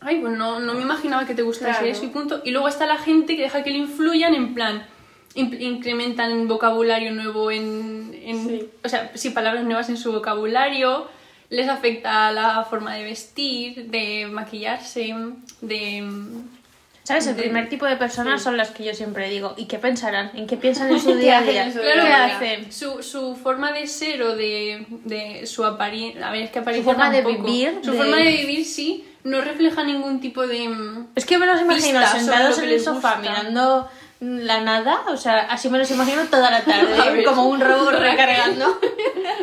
Speaker 3: Ay, pues no, no me imaginaba que te gustase
Speaker 2: Claro.
Speaker 3: eso y punto. Y luego está la gente que deja que le influyan en plan, in- incrementan vocabulario nuevo en... en- O sea, sí, palabras nuevas en su vocabulario, les afecta la forma de vestir, de maquillarse, de...
Speaker 4: ¿Sabes? El primer tipo de personas son las que yo siempre digo. ¿Y qué pensarán? ¿En qué piensan en su día a
Speaker 2: hacen
Speaker 4: día?
Speaker 2: en su
Speaker 4: ¿Qué
Speaker 2: día a día?
Speaker 4: hacen?
Speaker 3: Su, su forma de ser o de, de su apariencia... A ver, es que apariencia
Speaker 4: forma de
Speaker 3: tampoco.
Speaker 4: vivir,
Speaker 3: Su
Speaker 4: de-
Speaker 3: forma de vivir, sí, no refleja ningún tipo de... mm,
Speaker 4: Es que me los imagino
Speaker 3: Pistas sobre
Speaker 4: sentados
Speaker 3: lo que
Speaker 4: en el
Speaker 3: les
Speaker 4: sofá
Speaker 3: gusta.
Speaker 4: mirando la nada. O sea, así me los imagino toda la
Speaker 3: A
Speaker 4: tarde,
Speaker 3: ver.
Speaker 4: como un robot recargando.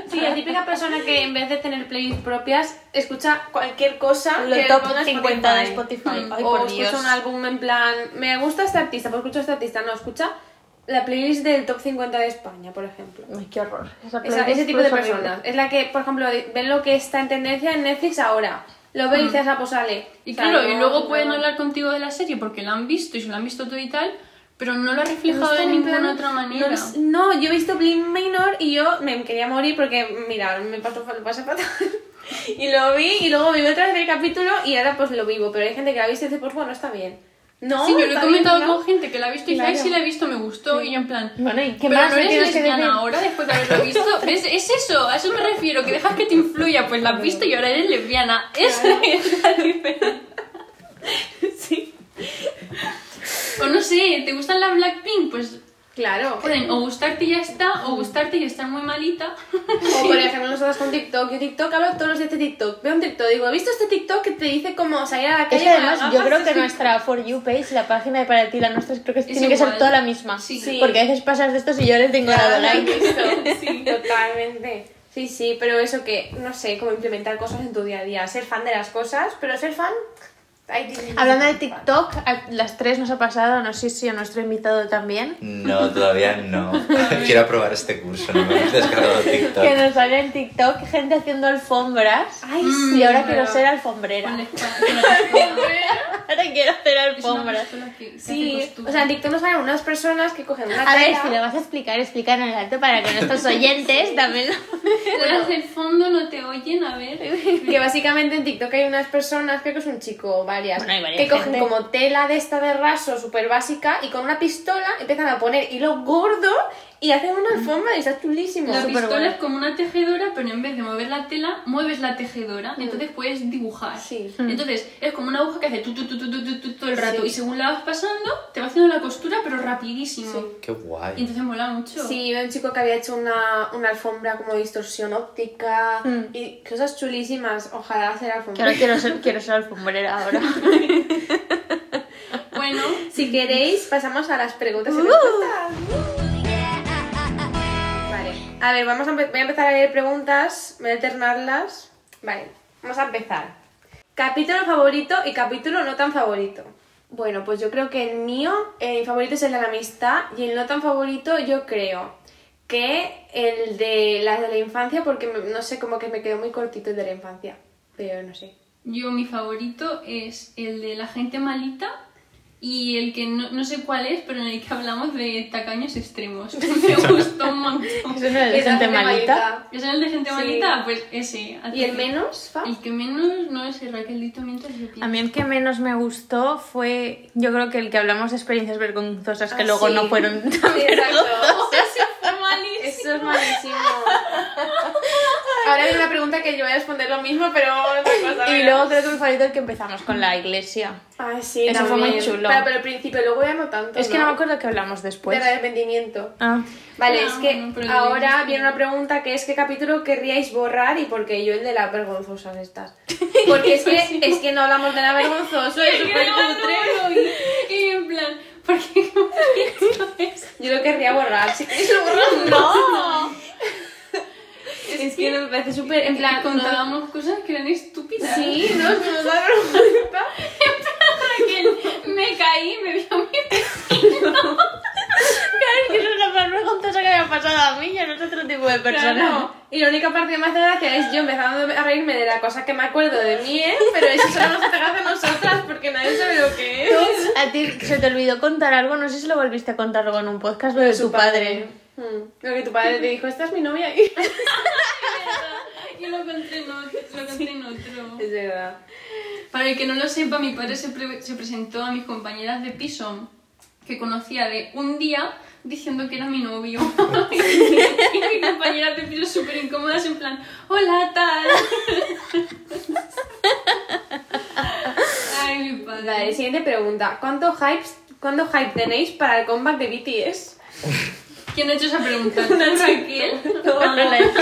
Speaker 2: Sí, la típica persona que en vez de tener playlists propias, escucha cualquier cosa.
Speaker 4: Lo
Speaker 2: que le
Speaker 4: top
Speaker 2: ponga
Speaker 4: 50 de Spotify. Ay,
Speaker 2: Mm. o
Speaker 4: por
Speaker 2: escucha
Speaker 4: Dios.
Speaker 2: un álbum en plan, me gusta este artista, pues escucho este artista. No, escucha la playlist del top 50 de España, por ejemplo.
Speaker 4: Ay, qué horror. Esa
Speaker 2: Esa-
Speaker 4: playlist pues
Speaker 2: ese tipo de
Speaker 4: es horrible.
Speaker 2: personas. Es la que, por ejemplo, de- ven lo que está en tendencia en Netflix ahora. Lo
Speaker 4: Mm.
Speaker 2: ve y dices, ah, pues sale.
Speaker 3: Y
Speaker 2: O sea,
Speaker 3: claro,
Speaker 2: no-
Speaker 3: y luego
Speaker 2: no-
Speaker 3: pueden hablar contigo de la serie porque la han visto y se la han visto todo y tal, Pero no lo ha reflejado
Speaker 2: está
Speaker 3: de
Speaker 2: en
Speaker 3: ninguna
Speaker 2: plan-
Speaker 3: otra manera.
Speaker 2: No, es- no, yo he visto Blind Minor y yo me quería morir porque, mira, me pasó, lo pasé fatal. y lo vi y luego me vi otra vez el capítulo y ahora pues lo vivo. Pero hay gente que la ha visto y dice, pues bueno, está bien. No,
Speaker 3: sí, yo lo he
Speaker 2: está
Speaker 3: comentado
Speaker 2: bien, ¿no?
Speaker 3: con gente que la ha visto y dice,
Speaker 2: Claro.
Speaker 3: "Ay, sí la he visto, me gustó. Y yo en plan,
Speaker 4: Bueno, ¿y qué
Speaker 3: pero
Speaker 4: más
Speaker 3: no
Speaker 4: me
Speaker 3: eres
Speaker 4: tienes que
Speaker 3: lesbiana
Speaker 4: decir?
Speaker 3: ahora después de haberlo visto. ¿Ves? Es eso, a eso me refiero, que dejas que te influya. Pues la has visto y ahora eres lesbiana. Esa es la diferencia. Sí. O no sé, ¿te gustan las Blackpink? Pues
Speaker 2: Claro.
Speaker 3: pueden o gustarte y ya está, o gustarte y estar muy malita.
Speaker 2: O por ejemplo, nosotros con TikTok. Yo TikTok hablo todos los días de TikTok. Veo un TikTok, digo, ¿he visto este TikTok que te dice cómo salir a la calle?
Speaker 4: Es que
Speaker 2: con
Speaker 4: además
Speaker 2: las
Speaker 4: yo
Speaker 2: gafas?"
Speaker 4: creo que nuestra For You page, la página de para ti, la nuestra, creo que tiene que ser
Speaker 3: igual.
Speaker 4: toda la misma.
Speaker 3: Sí.
Speaker 4: Porque a veces pasas de estos y yo les tengo dado
Speaker 2: Claro,
Speaker 4: like.
Speaker 2: eso, Ah, sí, totalmente. Sí, sí, pero eso que, no sé, como implementar cosas en tu día a día, ser fan de las cosas, pero ser fan... ay, Dios mío.
Speaker 4: Hablando de TikTok, a las tres nos ha pasado, no sé si a nuestro invitado también,
Speaker 5: No, todavía no. Quiero aprobar este curso, no me he descargado
Speaker 4: que
Speaker 5: TikTok.
Speaker 4: nos sale en TikTok gente haciendo alfombras.
Speaker 2: Ay,
Speaker 4: y
Speaker 2: sí,
Speaker 4: ahora
Speaker 2: pero-
Speaker 4: quiero ser alfombrera.
Speaker 3: Con la espada, con la espada.
Speaker 4: Ahora quiero hacer
Speaker 3: Es una
Speaker 4: alfombras.
Speaker 3: pistola que- que hace
Speaker 2: Sí,
Speaker 3: costura.
Speaker 2: o sea, en TikTok nos salen unas personas que cogen una
Speaker 4: A ver,
Speaker 2: tela-
Speaker 4: si lo vas a explicar, explica en el alto para que nuestros oyentes también lo...
Speaker 3: Las del fondo no te oyen, a ver.
Speaker 2: Que básicamente en TikTok hay unas personas, creo que es un chico, varias,
Speaker 4: Bueno, hay varias
Speaker 2: que cogen
Speaker 4: gente.
Speaker 2: como tela de esta de raso súper básica y con una pistola empiezan a poner hilo gordo y hacen una
Speaker 4: Mm.
Speaker 2: alfombra y está chulísimo.
Speaker 3: La
Speaker 2: Súper
Speaker 3: pistola
Speaker 2: guay.
Speaker 3: es como una tejedora, pero en vez de mover la tela, mueves la tejedora, entonces puedes dibujar.
Speaker 2: Mm. Sí.
Speaker 3: Entonces es como una aguja que hace tu, tu, tu, tu, tu, tu, tu todo el rato,
Speaker 2: Sí.
Speaker 3: y según la vas pasando, te va haciendo la costura, pero rapidísimo.
Speaker 5: Qué
Speaker 3: Y
Speaker 5: guay.
Speaker 3: entonces mola mucho.
Speaker 2: Sí, veo un chico que había hecho una, una alfombra como de distorsión óptica y cosas chulísimas. Ojalá hacer
Speaker 4: Que
Speaker 2: alfombra.
Speaker 4: ahora quiero ser, quiero ser alfombrera ahora.
Speaker 3: Bueno,
Speaker 2: Si queréis, pasamos a las preguntas y respuestas. Vale. A ver, vamos a empe- voy a empezar a leer preguntas, voy a alternarlas. Vale, vamos a empezar. Capítulo favorito y capítulo no tan favorito. Bueno, pues yo creo que el mío, eh, mi favorito es el de la amistad y el no tan favorito yo creo que el de la de la infancia porque me- no sé, como que me quedó muy cortito el de la infancia, pero no sé.
Speaker 3: yo mi favorito es el de la gente malita y el que no, no sé cuál es, pero en el que hablamos de tacaños extremos. Me gustó un montón.
Speaker 4: Es una de
Speaker 2: Esa
Speaker 4: gente malita.
Speaker 3: ¿Es el de gente
Speaker 2: Sí.
Speaker 3: malita? Pues ese. a
Speaker 2: ¿Y el
Speaker 3: tope.
Speaker 2: menos, Fa?
Speaker 3: El que menos, no sé, Raquelito mientras yo pienso.
Speaker 4: A mí el que menos me gustó fue, yo creo que el que hablamos de experiencias vergonzosas que
Speaker 2: Ah,
Speaker 4: luego
Speaker 2: sí.
Speaker 4: no fueron tan
Speaker 2: Sí, exacto.
Speaker 4: vergonzosas.
Speaker 2: Eso es malísimo. Ahora hay una pregunta que yo voy a responder lo mismo, pero otra cosa.
Speaker 4: Y
Speaker 2: venga.
Speaker 4: luego creo que mi favorito es el que empezamos con la iglesia.
Speaker 2: Ay, sí,
Speaker 4: Eso fue
Speaker 2: también.
Speaker 4: muy chulo.
Speaker 2: Pero, pero al principio, luego ya no tanto.
Speaker 4: Es que Pues no me acuerdo que hablamos después.
Speaker 2: Del arrepentimiento.
Speaker 4: Ah.
Speaker 2: Vale,
Speaker 3: No,
Speaker 2: es que
Speaker 3: no, pero
Speaker 2: ahora
Speaker 3: digamos que
Speaker 2: viene
Speaker 3: no.
Speaker 2: una pregunta que es ¿qué capítulo querríais borrar? Y porque yo el de las vergonzosas estas. Porque es que, es que no hablamos de la vergonzosa, es
Speaker 3: Yo
Speaker 2: súper
Speaker 3: no
Speaker 2: cutre.
Speaker 3: lo vi. Y en plan, ¿por qué hemos hecho esto?
Speaker 2: Yo lo querría borrar, si queréis lo borramos. ¡No! Es que me parece súper, en plan, no-
Speaker 3: contábamos cosas que eran estúpidas.
Speaker 2: Sí, no, nos da vergüenza.
Speaker 3: Raquel, me caí, me vio mi
Speaker 4: Claro, es que eso es la más vergonzosa que me ha pasado a mí y a otro tipo de persona.
Speaker 2: Claro. Y la única parte que me hace gracia es yo empezando a reírme de la cosa que me acuerdo de mí, ¿eh? pero eso solo nos hace gracia a nosotras porque nadie sabe lo que es.
Speaker 4: A ti se te olvidó contar algo, no sé si lo volviste a contar luego en un podcast, lo de tu padre.
Speaker 2: Mm. Lo que tu padre te dijo, esta es mi novia y...
Speaker 3: Yo lo conté en otro, lo conté en otro.
Speaker 2: Es verdad.
Speaker 3: Para el que no lo sepa, mi padre se, pre- se presentó a mis compañeras de piso que conocía de un día diciendo que era mi novio. y mis compañeras de piso súper incómodas en plan, hola tal. Ay, mi padre.
Speaker 2: Vale, siguiente pregunta. ¿Cuánto hype, ¿Cuánto hype tenéis para el comeback de BTS?
Speaker 3: ¿Quién ha hecho esa pregunta? Raquel?
Speaker 2: No,
Speaker 4: no la he
Speaker 2: no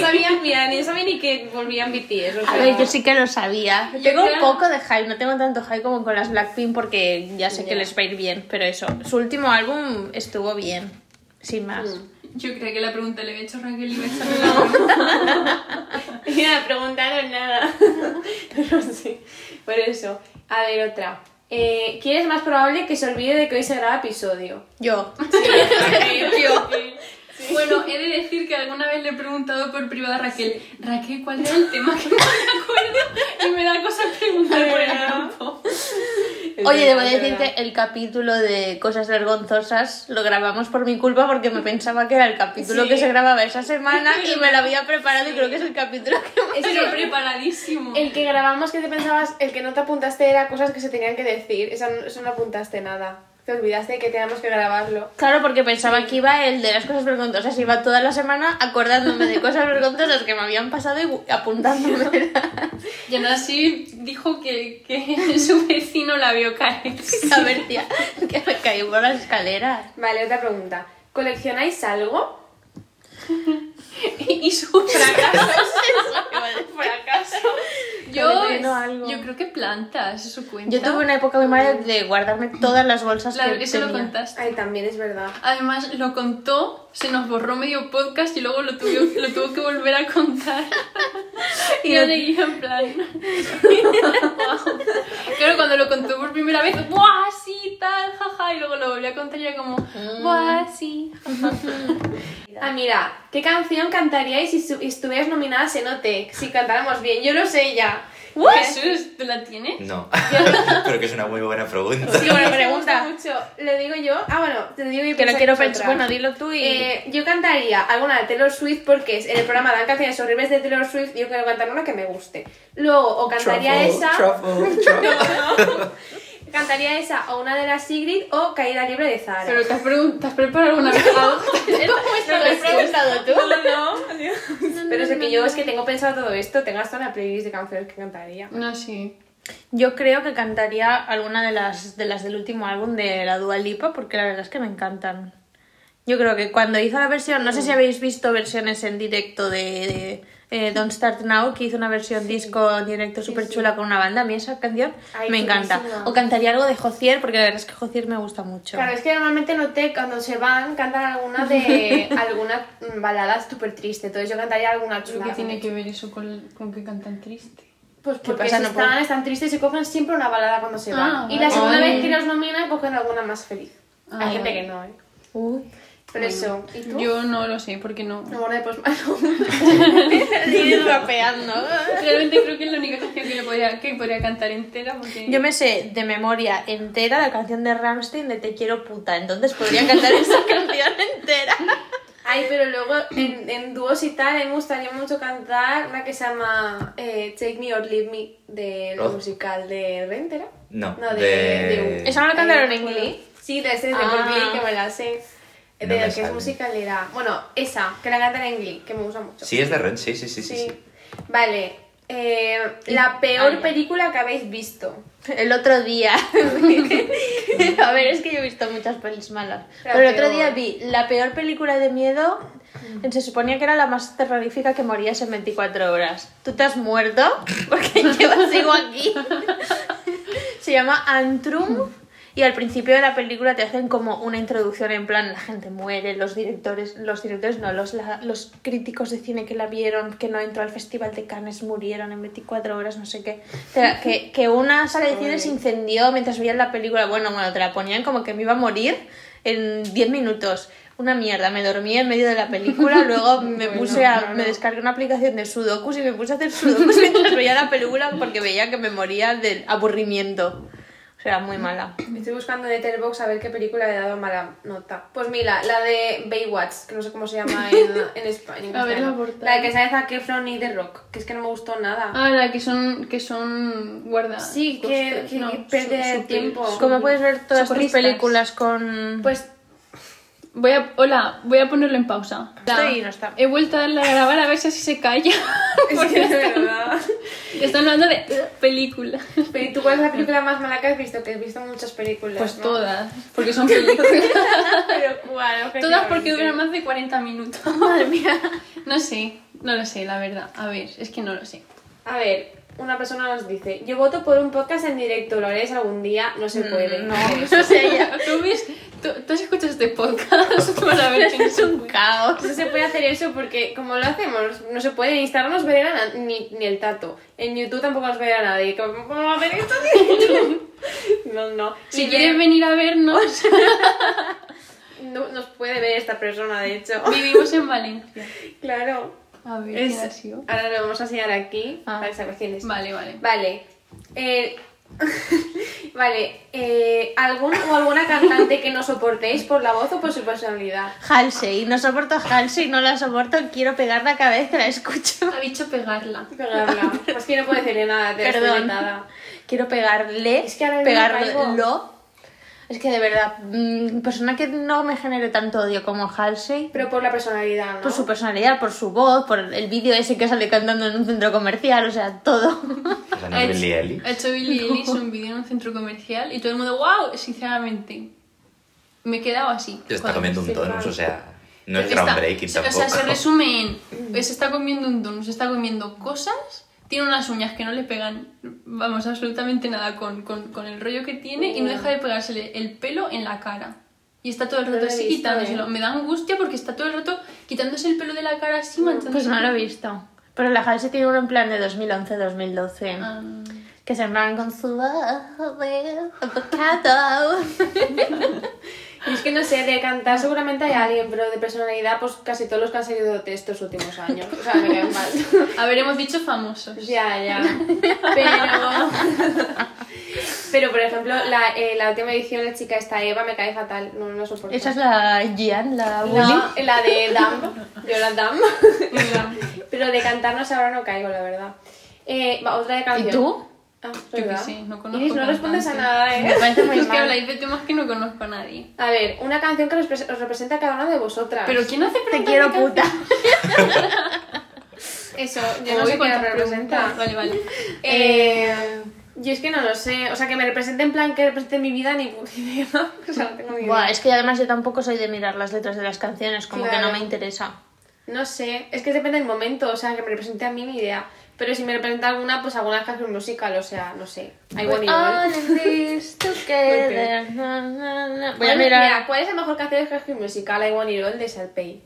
Speaker 2: sabía, Pues mira, ni sabía ni que volvían BTS. o
Speaker 4: A
Speaker 2: sea-
Speaker 4: ver, yo sí que lo sabía. tengo
Speaker 3: creo-
Speaker 4: un poco de hype, no tengo tanto hype como con las Blackpink porque ya sé que
Speaker 2: Ya.
Speaker 4: les va a ir bien, pero eso, su último álbum estuvo bien, sin más.
Speaker 3: Yo creía que la pregunta le había hecho Raquel y me echó
Speaker 2: Ya, preguntaron nada. No sé. Por eso. A ver, otra. Eh, ¿Quién es más probable que se olvide de que hoy se graba episodio?
Speaker 4: Yo.
Speaker 3: Bueno, he de decir que alguna vez le he preguntado preguntado por privado a Raquel, Raquel, ¿cuál era el tema que no me acuerdo? Y me da cosa preguntar por el grupo.
Speaker 4: Oye, debo decirte, el capítulo de Cosas Vergonzosas lo grabamos por mi culpa porque me pensaba que era el capítulo
Speaker 3: Sí.
Speaker 4: que se grababa esa semana y me lo había preparado y creo que es el capítulo que más-
Speaker 3: Pero preparadísimo.
Speaker 2: El que grabamos que te pensabas, el que no te apuntaste era cosas que se tenían que decir. Esa no- eso no apuntaste nada. Te olvidaste de que teníamos que grabarlo.
Speaker 4: Claro, porque pensaba que iba el de las cosas vergonzosas, iba toda la semana acordándome de cosas vergonzosas que me habían pasado y bu- apuntándome.
Speaker 3: Y aún así dijo que, que su vecino la vio caer.
Speaker 4: A ver, tía, que me caí por las escaleras.
Speaker 2: Vale, otra pregunta. ¿Coleccionáis algo?
Speaker 3: Y su fracaso.
Speaker 2: Por acaso. Colecciono
Speaker 3: Yo,
Speaker 2: algo.
Speaker 3: yo creo que plantas, eso cuenta.
Speaker 4: Yo tuve una época muy mala de guardarme todas las bolsas
Speaker 3: Claro,
Speaker 4: que
Speaker 3: eso lo
Speaker 4: tenía.
Speaker 3: contaste.
Speaker 2: Ay, también es verdad.
Speaker 3: Además, lo contó, se nos borró medio podcast y luego lo, tuvo- lo tuvo que volver a contar. y yo seguía en plan. "Guau". Claro, cuando lo contó por primera vez, ¡buah, sí, tal, jaja! Y luego lo volví a contar y era como, ¡buah, sí!
Speaker 2: Ah, mira, ¿qué canción cantaríais si estu- estuvierais nominadas en OT? Si cantáramos bien, yo lo sé ya.
Speaker 3: Jesús, ¿tú la tienes?
Speaker 5: No. Creo que es una muy buena pregunta.
Speaker 2: Sí, bueno,
Speaker 4: Me
Speaker 2: pregunta.
Speaker 4: pregunta.
Speaker 2: Mucho. ¿Le digo yo? Ah, bueno, te digo yo.
Speaker 4: Que lo
Speaker 2: pensé
Speaker 4: quiero
Speaker 2: vosotras.
Speaker 4: pensar. Bueno, dilo tú y.
Speaker 2: Eh, yo cantaría alguna de Taylor Swift porque en el programa dan canciones horribles de Taylor Swift y yo quiero cantar una que me guste. Luego, o cantaría esa,
Speaker 5: Truffle, truffle.
Speaker 2: cantaría esa o una de las Sigrid o Caída Libre de Zara.
Speaker 3: Pero te has, pregun- te has preparado una vez algo.
Speaker 2: Pues
Speaker 4: ¿No lo has preguntado tú?
Speaker 2: Pero sé que yo es que tengo pensado todo esto, tengo hasta una playlist de canciones que cantaría.
Speaker 3: No, sí.
Speaker 4: Yo creo que cantaría alguna de las, de las del último álbum de la Dua Lipa porque la verdad es que me encantan. Yo creo que cuando hizo la versión, no
Speaker 2: Mm.
Speaker 4: sé si habéis visto versiones en directo de, de, eh, Don't Start Now, que hizo una versión disco en directo súper chula con una banda, a mí esa canción
Speaker 2: Ay,
Speaker 4: me encanta.
Speaker 2: chulísima.
Speaker 4: O cantaría algo de Jocier porque la verdad es que Jocier me gusta mucho.
Speaker 2: Claro, es que normalmente no te, cuando se van, cantan alguna de alguna mm, balada súper triste, entonces yo cantaría alguna
Speaker 3: Creo
Speaker 2: chula.
Speaker 3: que tiene que ver eso con, con que cantan triste.
Speaker 2: Pues porque
Speaker 4: pasa?
Speaker 2: si
Speaker 4: No puedo.
Speaker 2: están, están tristes y cogen siempre una balada cuando se
Speaker 3: Ah,
Speaker 2: van. Y la
Speaker 3: vale.
Speaker 2: segunda
Speaker 3: Ay.
Speaker 2: vez que los nominan cogen alguna más feliz.
Speaker 3: Ah,
Speaker 2: Hay gente
Speaker 3: vale.
Speaker 2: que no, ¿eh?
Speaker 4: Uh,
Speaker 2: Pero eso, ¿y tú?
Speaker 3: Yo no lo sé, porque no.
Speaker 2: No, bueno, pues malo.
Speaker 4: sigue rapeando.
Speaker 3: Realmente creo que es la única canción que, le podría, que podría cantar entera. Porque...
Speaker 4: Yo me sé de memoria entera la canción de Rammstein de Te quiero puta, entonces podría cantar esa canción entera.
Speaker 2: Ay, pero luego en, en dúos y tal, a mí me gustaría mucho cantar una que se llama eh, Take Me or Leave Me, del
Speaker 5: Oh.
Speaker 2: musical de Rentera.
Speaker 5: No,
Speaker 2: No, de.
Speaker 5: de-
Speaker 2: de-
Speaker 4: ¿Esa no la
Speaker 2: Ay,
Speaker 4: cantaron en
Speaker 2: me acuerdo.
Speaker 4: Glee?
Speaker 2: Sí, de ese de
Speaker 4: Ah.
Speaker 2: Volbeat, que me la sé. De
Speaker 5: No me
Speaker 2: la que
Speaker 5: sale.
Speaker 2: es musical era. Bueno, esa, que la cantan en Glee, que me gusta mucho.
Speaker 5: Sí, es de Ren, sí, sí, sí, sí.
Speaker 2: Sí.
Speaker 5: sí.
Speaker 2: Vale. eh, la peor película que habéis visto.
Speaker 4: El otro día. a ver, es que yo he visto muchas pelis malas.
Speaker 2: La
Speaker 4: Pero el otro
Speaker 2: peor.
Speaker 4: día vi la peor película de miedo. Se suponía que era la más terrorífica que morías en 24 horas. ¿Tú te has muerto? Porque yo sigo aquí. Se llama Antrum. Y al principio de la película te hacen como una introducción en plan la gente muere, los directores, los directores no, los, la- los críticos de cine que la vieron, que no entró al Festival de Cannes, murieron en 24 horas, no sé qué. Te la- que, que una sala de cine se incendió mientras veían la película. Bueno, bueno, te la ponían como que me iba a morir en 10 minutos. Una mierda, me dormí en medio de la película, luego me puse a, me descargué una aplicación de sudokus y me puse a hacer sudokus mientras veía la película porque veía que me moría del aburrimiento. O sea, muy mala.
Speaker 2: Estoy buscando en Letterboxd a ver qué película le he dado mala nota. Pues mira, la de Baywatch, que no sé cómo se llama en, en España. en
Speaker 3: A ver,
Speaker 2: castellano.
Speaker 3: la portada.
Speaker 2: La que sale Zac Efron y The Rock, que es que no me gustó nada.
Speaker 3: Ah, la que son, que son guarda.
Speaker 2: Sí, que-
Speaker 3: costas,
Speaker 2: que pierde
Speaker 3: su- su-
Speaker 2: tiempo.
Speaker 3: su-
Speaker 4: Como puedes ver todas tus
Speaker 3: socorristas.
Speaker 4: películas con...
Speaker 2: Pues
Speaker 3: Voy a, hola, voy a ponerlo en pausa.
Speaker 4: Estoy y no está.
Speaker 3: He vuelto a darle a grabar a ver si así se calla.
Speaker 2: es que de verdad.
Speaker 3: Están hablando de eh, película.
Speaker 2: Pero ¿y tú cuál es la película más mala que has visto? Que has visto muchas películas.
Speaker 3: Pues
Speaker 2: ¿no?
Speaker 3: todas, porque son películas.
Speaker 2: Pero cuál,
Speaker 3: todas porque duran más de 40 minutos. No sé, no lo sé, la verdad. A ver, es que no lo sé.
Speaker 2: A ver, una persona nos dice: Yo voto por un podcast en directo, lo haréis algún día, no
Speaker 3: Mm,
Speaker 2: se puede.
Speaker 4: No, o sea, ya...
Speaker 3: ¿Tú, ves, tú, tú has escuchado este podcast para ver quién es un
Speaker 4: Caos.
Speaker 2: No se puede hacer eso porque, como lo hacemos, no se puede. En Instagram nos verá na- ni, ni el tato. En YouTube tampoco nos verá nadie. ¿Cómo cómo va a ver esto? no, no.
Speaker 3: Si
Speaker 2: Y
Speaker 3: quieres
Speaker 2: ver-
Speaker 3: venir a vernos,
Speaker 2: no- nos puede ver esta persona, de hecho.
Speaker 3: vivimos en Valencia.
Speaker 2: claro.
Speaker 3: A ver,
Speaker 2: Es-
Speaker 3: ¿quién ha sido?
Speaker 2: Ahora lo vamos a enseñar aquí
Speaker 3: Ah.
Speaker 2: para que sepas quién es.
Speaker 3: Vale, vale.
Speaker 2: Vale. Eh, vale. eh, ¿Algún o alguna cantante que no soportéis por la voz o por su personalidad?
Speaker 4: Halsey, no soporto a Halsey, no la soporto, quiero pegarla cada vez que la escucho.
Speaker 3: Ha dicho pegarla.
Speaker 2: Pegarla. Pues que no puedo decirle nada, te estoy
Speaker 4: Perdón.
Speaker 2: nada.
Speaker 4: Quiero pegarle,
Speaker 2: Es que ahora mismo
Speaker 4: pegarlo. Es que de verdad, mm, persona que no me genere tanto odio como Halsey,
Speaker 2: Pero por la personalidad, ¿no?
Speaker 4: por su personalidad, por su voz, por el vídeo ese que sale cantando en un centro comercial, o sea, todo.
Speaker 5: Es la Billie Eilish.
Speaker 3: Ha hecho Billy Ellis un vídeo en un centro comercial y todo el mundo, wow, sinceramente. Me he quedado así.
Speaker 5: Te está
Speaker 3: cuando
Speaker 5: comiendo un
Speaker 3: dice,
Speaker 5: tonus,
Speaker 3: "Claro".
Speaker 5: o sea, no es
Speaker 3: Porque está-
Speaker 5: groundbreaking
Speaker 3: se-
Speaker 5: tampoco.
Speaker 3: O sea, se resume en, pues, se está comiendo un donut, se está comiendo cosas, tiene unas uñas que no le pegan, vamos, absolutamente nada con, con, con el rollo que tiene y no deja de pegársele el pelo en la cara. Y está todo el
Speaker 2: lo
Speaker 3: rato
Speaker 2: he
Speaker 3: así
Speaker 2: visto,
Speaker 3: quitándoselo.
Speaker 2: eh.
Speaker 3: Me da angustia porque está todo el rato quitándose el pelo de la cara así, manchándose.
Speaker 4: Pues no lo he visto. Pero la Halsey tiene uno en plan de 2011-2012.
Speaker 3: Ah,
Speaker 4: Que se van con su de avocado.
Speaker 2: Y es que no sé, de cantar seguramente hay alguien, pero de personalidad, pues casi todos los que han salido de estos últimos años. O sea, me caen mal.
Speaker 3: A ver, hemos dicho famosos.
Speaker 2: Ya, ya. Pero. Pero, por ejemplo, la, eh, la última edición, la chica esta Eva, me cae fatal. No, no soporto.
Speaker 4: Esa es la Gian, la
Speaker 2: la,
Speaker 4: Bully.
Speaker 2: la de Dumb. Yo la Dumb. Pero de cantarnos ahora no caigo, la verdad. Eh, va, otra de canción.
Speaker 4: ¿Y tú?
Speaker 2: Ah,
Speaker 3: Yo qué
Speaker 2: ¿verdad?
Speaker 3: sé, no conozco
Speaker 2: Iris, no respondes a
Speaker 3: cantantes.
Speaker 2: nada,
Speaker 4: Me
Speaker 2: ¿eh?
Speaker 4: parece muy
Speaker 3: es que
Speaker 4: mal.
Speaker 3: habláis de temas que no conozco a nadie.
Speaker 2: A ver, una canción que os, pres- os representa a cada una de vosotras.
Speaker 3: Pero ¿quién hace
Speaker 4: Te
Speaker 3: preguntas
Speaker 4: quiero
Speaker 3: de
Speaker 4: puta.
Speaker 2: Eso,
Speaker 3: canciones?
Speaker 2: yo
Speaker 3: Uy,
Speaker 2: no sé qué me
Speaker 3: cuántas
Speaker 2: representa.
Speaker 3: preguntas. Vale, vale.
Speaker 2: Eh, yo es que no lo sé. O sea, que me represente en plan que represente mi vida ni puta idea. O sea, no tengo ni idea.
Speaker 4: Buah, es que además yo tampoco soy de mirar las letras de las canciones, como que
Speaker 2: Claro.
Speaker 4: no me interesa.
Speaker 2: No sé, es que depende del momento. O sea, que me represente a mí ni idea. Pero si me representa alguna, pues alguna canción musical. O sea, no sé. Hay buen
Speaker 4: All in this together. na, na, na. Voy a mirar.
Speaker 2: ¿cuál es la mejor canción de canción musical? I Want It All de Sharpay.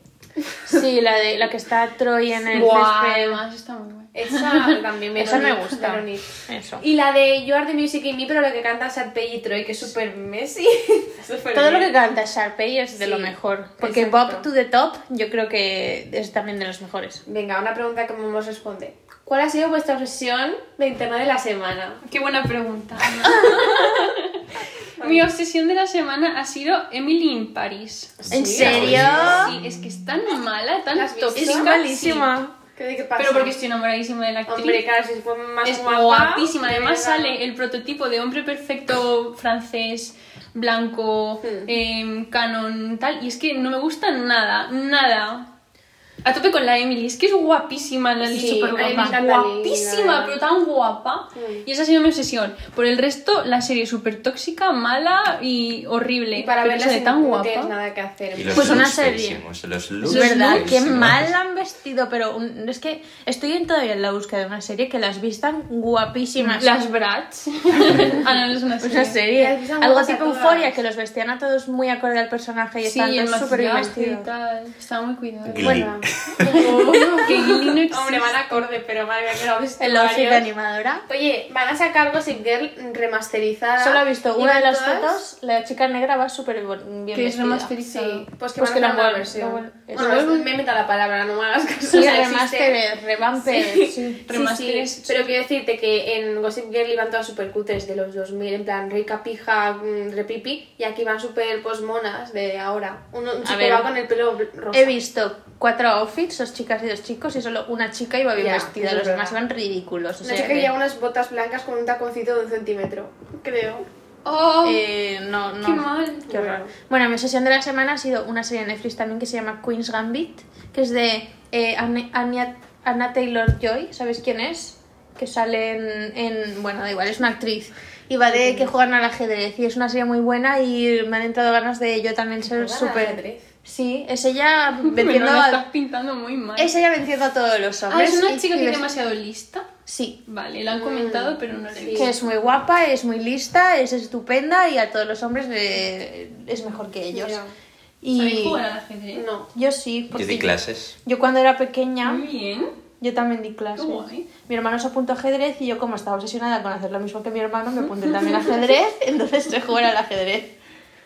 Speaker 4: Sí, la de la que está Troy en el
Speaker 3: Buah,
Speaker 4: césped.
Speaker 3: Pues, además está muy bueno.
Speaker 2: Esa también me
Speaker 4: Esa me
Speaker 2: Veronique,
Speaker 4: gusta.
Speaker 2: Veronique.
Speaker 4: Eso.
Speaker 2: Y la de You Are the Music in Me, pero la que canta Sharpay y Troy, que es súper messy. Súper
Speaker 4: Todo lo
Speaker 2: bien.
Speaker 4: que canta Sharpay es de
Speaker 2: Sí,
Speaker 4: lo mejor. Porque
Speaker 2: exacto.
Speaker 4: Bob to the Top yo creo que es también de los mejores.
Speaker 2: Venga, una pregunta que Momo os responde. ¿Cuál ha sido vuestra obsesión de internet de la semana?
Speaker 3: Qué buena pregunta. Mi obsesión de la semana ha sido Emily in Paris.
Speaker 4: ¿En
Speaker 2: Sí,
Speaker 4: serio?
Speaker 3: Sí, es que es tan mala, tan
Speaker 2: ¿La has visto?
Speaker 3: tóxica.
Speaker 4: Es malísima.
Speaker 2: ¿Qué, de qué
Speaker 3: sí.
Speaker 2: pasa?
Speaker 3: Pero porque estoy enamoradísima de la actriz.
Speaker 2: Hombre, claro, si fue más
Speaker 3: es
Speaker 2: guapa,
Speaker 3: guapísima.
Speaker 2: de
Speaker 3: Además
Speaker 2: verdad.
Speaker 3: sale el prototipo de hombre perfecto francés, blanco,
Speaker 2: Hmm.
Speaker 3: em, canon, tal. Y es que no me gusta nada, nada. A tope con la Emily, es que es guapísima la Emily,
Speaker 2: Sí,
Speaker 3: súper
Speaker 2: a mí me
Speaker 3: guapa.
Speaker 2: encanta la Emily, la Hmm.
Speaker 3: Guapísima,
Speaker 2: verdad.
Speaker 3: pero tan guapa. Y esa ha sido mi obsesión. Por el resto, la serie súper tóxica, mala y horrible.
Speaker 2: Y para
Speaker 3: pero
Speaker 2: verla
Speaker 3: sale
Speaker 2: sin-
Speaker 3: tan
Speaker 2: no
Speaker 3: guapa.
Speaker 2: tienes nada que hacer.
Speaker 5: Y los
Speaker 4: Pues una
Speaker 5: looks
Speaker 4: serie.
Speaker 5: feísimos, Los
Speaker 4: Es
Speaker 5: looks
Speaker 4: verdad, qué
Speaker 5: feísimos.
Speaker 4: mal la han vestido, pero un- es que estoy en- todavía en la búsqueda de una serie que las vistan guapísimas.
Speaker 3: Las Brats. ah, no, no es una
Speaker 4: Pues
Speaker 3: serie.
Speaker 4: una serie.
Speaker 2: Las vistan
Speaker 4: Algo
Speaker 2: guapas a
Speaker 4: tipo
Speaker 2: todas.
Speaker 4: euforia, que los vestían a todos muy acorde al personaje y
Speaker 3: Sí,
Speaker 4: están
Speaker 3: el
Speaker 4: todos súper bien
Speaker 3: maquillaje y
Speaker 4: vestidos.
Speaker 3: tal. Está muy cuidado.
Speaker 5: Glee.
Speaker 2: Bueno.
Speaker 4: Oh,
Speaker 3: que Glee no existe.
Speaker 2: Hombre, van acorde, pero madre mía, que lo habéis
Speaker 4: El outfit de animadora.
Speaker 2: Oye, van a sacar Gossip Girl remasterizada.
Speaker 4: Solo he visto
Speaker 2: Y
Speaker 4: una de
Speaker 2: van
Speaker 4: las
Speaker 2: todas-
Speaker 4: fotos, la chica negra va súper bon- bien
Speaker 3: Que es
Speaker 4: vestida.
Speaker 3: remasterizada.
Speaker 2: Sí, pues que
Speaker 4: Pues que
Speaker 2: van a
Speaker 4: la
Speaker 2: hacer una versión.
Speaker 4: vuelven- la vuelven-
Speaker 2: Bueno,
Speaker 4: la vuelven-
Speaker 2: me he inventado la palabra, no me hagas caso.
Speaker 4: Sí,
Speaker 2: o sea, existe.
Speaker 4: remaster, revamper, sí.
Speaker 2: Sí,
Speaker 3: Remasteres,
Speaker 2: sí, Pero quiero decirte que en Gossip Girl iban todas súper cutres de los 2000, en plan rica, pija, mm, repipi, y aquí van súper pues monas de ahora. Uno, un
Speaker 4: A
Speaker 2: chico
Speaker 4: ver.
Speaker 2: va con el pelo bl- rosa.
Speaker 4: He visto cuatro outfits, dos chicas y dos chicos, y solo una chica iba bien
Speaker 2: Ya,
Speaker 4: vestida,
Speaker 2: eso es
Speaker 4: los demás
Speaker 2: verdad.
Speaker 4: iban ridículos. O
Speaker 2: Una
Speaker 4: sea,
Speaker 2: chica
Speaker 4: que-
Speaker 2: lleva unas botas blancas con un taconcito de un centímetro, creo.
Speaker 3: Oh,
Speaker 4: Eh, no, no.
Speaker 3: qué mal.
Speaker 4: Qué horror. Bueno, mi sesión de la semana ha sido una serie de Netflix también que se llama Queen's Gambit, que es de eh, Anne- Anya- Anna Taylor Joy, ¿sabes quién es? Que sale en, en- Bueno, da igual, es una actriz. Y va de que juegan al ajedrez. Y es una serie muy buena y me han entrado ganas de yo también ser
Speaker 2: Juegan al
Speaker 4: súper.
Speaker 2: ajedrez.
Speaker 4: Sí, es ella
Speaker 3: Pero
Speaker 4: venciendo
Speaker 3: la estás
Speaker 4: a.
Speaker 3: pintando muy mal.
Speaker 4: Es ella venciendo a todos los
Speaker 3: ah,
Speaker 4: hombres.
Speaker 3: es una
Speaker 4: y-
Speaker 3: chica
Speaker 4: y
Speaker 3: que es
Speaker 4: ves-
Speaker 3: demasiado lista.
Speaker 4: Sí,
Speaker 3: Vale, la han comentado, pero no la he
Speaker 2: Mm, sí.
Speaker 3: visto.
Speaker 4: que es muy guapa, es muy lista, es estupenda y a todos los hombres le- es mejor que ellos.
Speaker 2: Ya.
Speaker 3: ¿Sabéis
Speaker 4: Y
Speaker 3: jugar al ajedrez?
Speaker 2: No.
Speaker 4: yo sí, porque
Speaker 5: Yo di clases.
Speaker 4: yo cuando era pequeña,
Speaker 3: Muy bien.
Speaker 4: yo también di clases.
Speaker 3: Mm. Qué guay.
Speaker 4: Mi hermano se apuntó a ajedrez y yo como estaba obsesionada con hacer lo mismo que mi hermano, me apunté también a ajedrez, entonces sé jugar al ajedrez.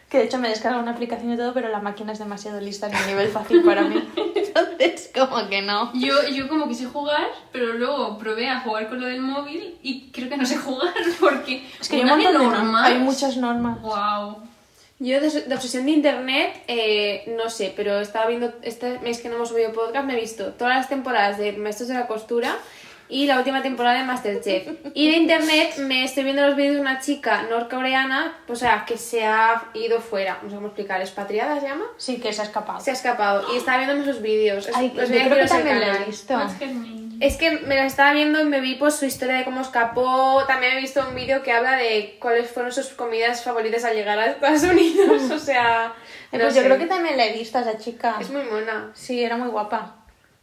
Speaker 4: Que de hecho me descarga una aplicación y todo, pero la máquina es demasiado lista en un nivel fácil para mí.
Speaker 2: Entonces, como que no.
Speaker 3: Yo, yo como quise jugar, pero luego probé a jugar con lo del móvil y creo que no sé jugar porque
Speaker 4: Es que hay, un
Speaker 3: una de
Speaker 4: montón de normas.
Speaker 3: normas.
Speaker 4: hay muchas normas.
Speaker 3: Wow.
Speaker 2: Yo de, de obsesión de internet, eh, no sé, pero estaba viendo, este mes que no hemos subido podcast, me he visto todas las temporadas de Maestros de la Costura y la última temporada de Masterchef. Y de internet me estoy viendo los vídeos de una chica norcoreana, o sea, que se ha ido fuera, no sé cómo explicar, expatriada se llama.
Speaker 4: Sí, que se ha escapado.
Speaker 2: Se ha escapado y estaba viéndome sus vídeos. Es-
Speaker 4: Ay,
Speaker 2: los
Speaker 4: pues yo
Speaker 2: voy a
Speaker 4: creo que
Speaker 2: deciros el
Speaker 4: también la
Speaker 2: canal.
Speaker 4: he visto.
Speaker 3: Más que el mío.
Speaker 2: Es que me la estaba viendo y me vi pues su historia de cómo escapó. También he visto un vídeo que habla de cuáles fueron sus comidas favoritas al llegar a Estados Unidos. O sea,
Speaker 4: Ay,
Speaker 2: no
Speaker 4: pues yo
Speaker 2: sé.
Speaker 4: creo que también la he visto a esa chica.
Speaker 2: es muy mona.
Speaker 4: Sí, era muy guapa.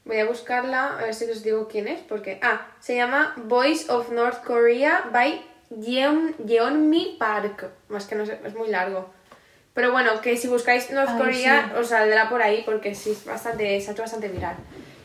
Speaker 2: Voy a buscarla, a ver si os digo quién es, porque... Ah, se llama Voice of North Korea by Yeon, Mi Park. Más que no sé, es muy largo. Pero bueno, que si buscáis North
Speaker 4: Ay,
Speaker 2: Korea os saldrá por ahí, porque sí, es bastante, se ha hecho bastante viral.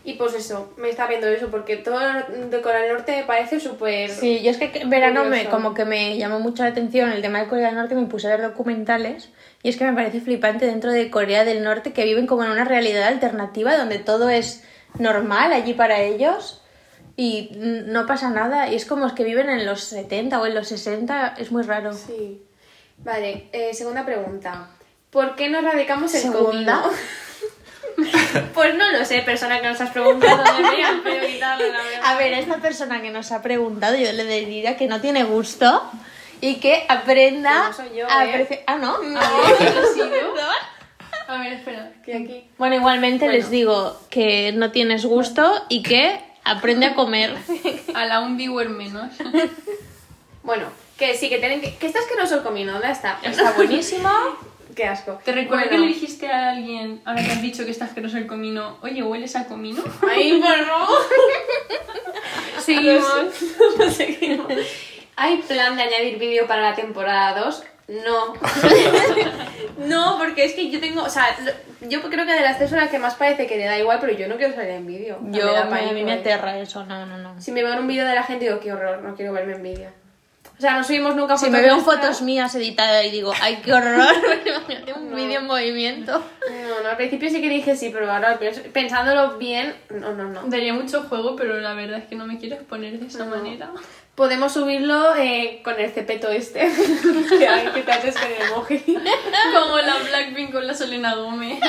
Speaker 2: Y pues eso, me está viendo eso, porque todo de Corea del Norte me parece súper...
Speaker 4: Sí, yo es que que verano me,
Speaker 2: Curioso.
Speaker 4: como que me llamó mucho la atención el tema de Corea del Norte, me puse a ver documentales y es que me parece flipante dentro de Corea del Norte que viven como en una realidad alternativa donde todo es normal allí para ellos y mm, no pasa nada y es como es que viven en los 70 o en los 60, es muy raro.
Speaker 2: Sí. Vale, eh, segunda pregunta. ¿Por qué no radicamos el
Speaker 4: ¿Segunda?
Speaker 2: comino? pues no lo sé, persona que nos has preguntado. Deberían preguntarlo, la verdad.
Speaker 4: A ver, esta persona que nos ha preguntado, yo le diría que no tiene gusto y que aprenda
Speaker 2: Que no soy yo,
Speaker 4: a
Speaker 2: ¿eh?
Speaker 4: apreciar- Ah, no.
Speaker 3: A ver, espera.
Speaker 2: Que aquí.
Speaker 4: Bueno, igualmente les digo que no tienes gusto y que aprende a comer.
Speaker 3: A la un viewer menos.
Speaker 2: Bueno, que sí, que tienen que... Que está asqueroso el comino, ¿dónde está?
Speaker 4: Está buenísimo.
Speaker 2: Qué asco.
Speaker 3: Te recuerdo que
Speaker 2: Bueno.
Speaker 3: le dijiste a alguien, ahora que has dicho que estás asqueroso el comino, oye, ¿hueles a comino?
Speaker 2: Ay, por favor. Seguimos. Seguimos. ¿Hay plan de añadir vídeo para la temporada 2? No. no, porque es que yo tengo. O sea, lo- yo creo que de las tres horas que más parece que le da igual, pero yo no quiero salir en vídeo. O sea,
Speaker 4: Yo,
Speaker 2: me da
Speaker 4: me- a
Speaker 2: pánico,
Speaker 4: mí me
Speaker 2: eh.
Speaker 4: aterra eso, no, no, no.
Speaker 2: Si me veo en un vídeo de la gente, digo, qué horror, no quiero verme en vídeo. O sea, no subimos nunca
Speaker 4: Si me veo en
Speaker 2: nuestras.
Speaker 4: fotos mías editadas y digo, ay, qué horror, imagínate un vídeo en movimiento.
Speaker 2: No, no, al principio sí que dije sí, pero ahora pienso- pensándolo bien, no, no, no.
Speaker 3: Daría mucho juego, pero la verdad es que no me quiero exponer de esa manera.
Speaker 2: Podemos subirlo eh, con el cepeto este. que hay que te haces con el emoji.
Speaker 3: Como la Blackpink con la Selena Gómez.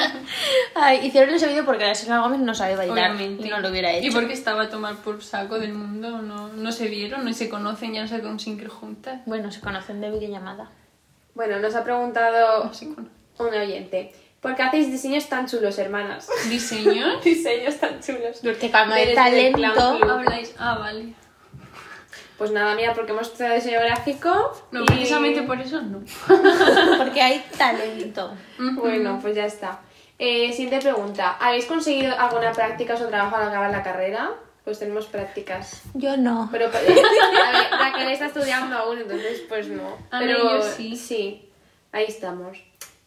Speaker 4: Ay, hicieron ese vídeo porque la Selena Gómez no sabe bailar
Speaker 3: Obviamente.
Speaker 4: y no lo hubiera
Speaker 3: Y
Speaker 4: hecho.
Speaker 3: porque estaba a tomar por saco del mundo, no, no se vieron, no se conocen, ya no se consiguen juntas.
Speaker 4: Bueno, se conocen de videollamada.
Speaker 2: Bueno, nos ha preguntado
Speaker 3: No se conocen.
Speaker 2: un oyente. ¿Por qué hacéis diseños tan chulos, hermanas?
Speaker 3: ¿Diseños?
Speaker 2: diseños tan chulos.
Speaker 4: Porque cuando hay
Speaker 2: Pero es del clan
Speaker 4: talento-
Speaker 2: club.
Speaker 3: Habláis. Ah, vale.
Speaker 2: Pues nada, mira, porque hemos estudiado diseño gráfico.
Speaker 3: No,
Speaker 2: y-
Speaker 3: precisamente por eso no.
Speaker 4: Porque hay talento.
Speaker 2: Bueno, pues ya está. Eh, siguiente pregunta. ¿Habéis conseguido alguna práctica o trabajo al acabar la carrera? Pues tenemos prácticas.
Speaker 4: Yo no.
Speaker 2: Pero pa- a ver, Raquel está estudiando aún, entonces pues no.
Speaker 3: A mí
Speaker 2: Pero
Speaker 3: Ah, yo sí.
Speaker 2: Sí, ahí estamos.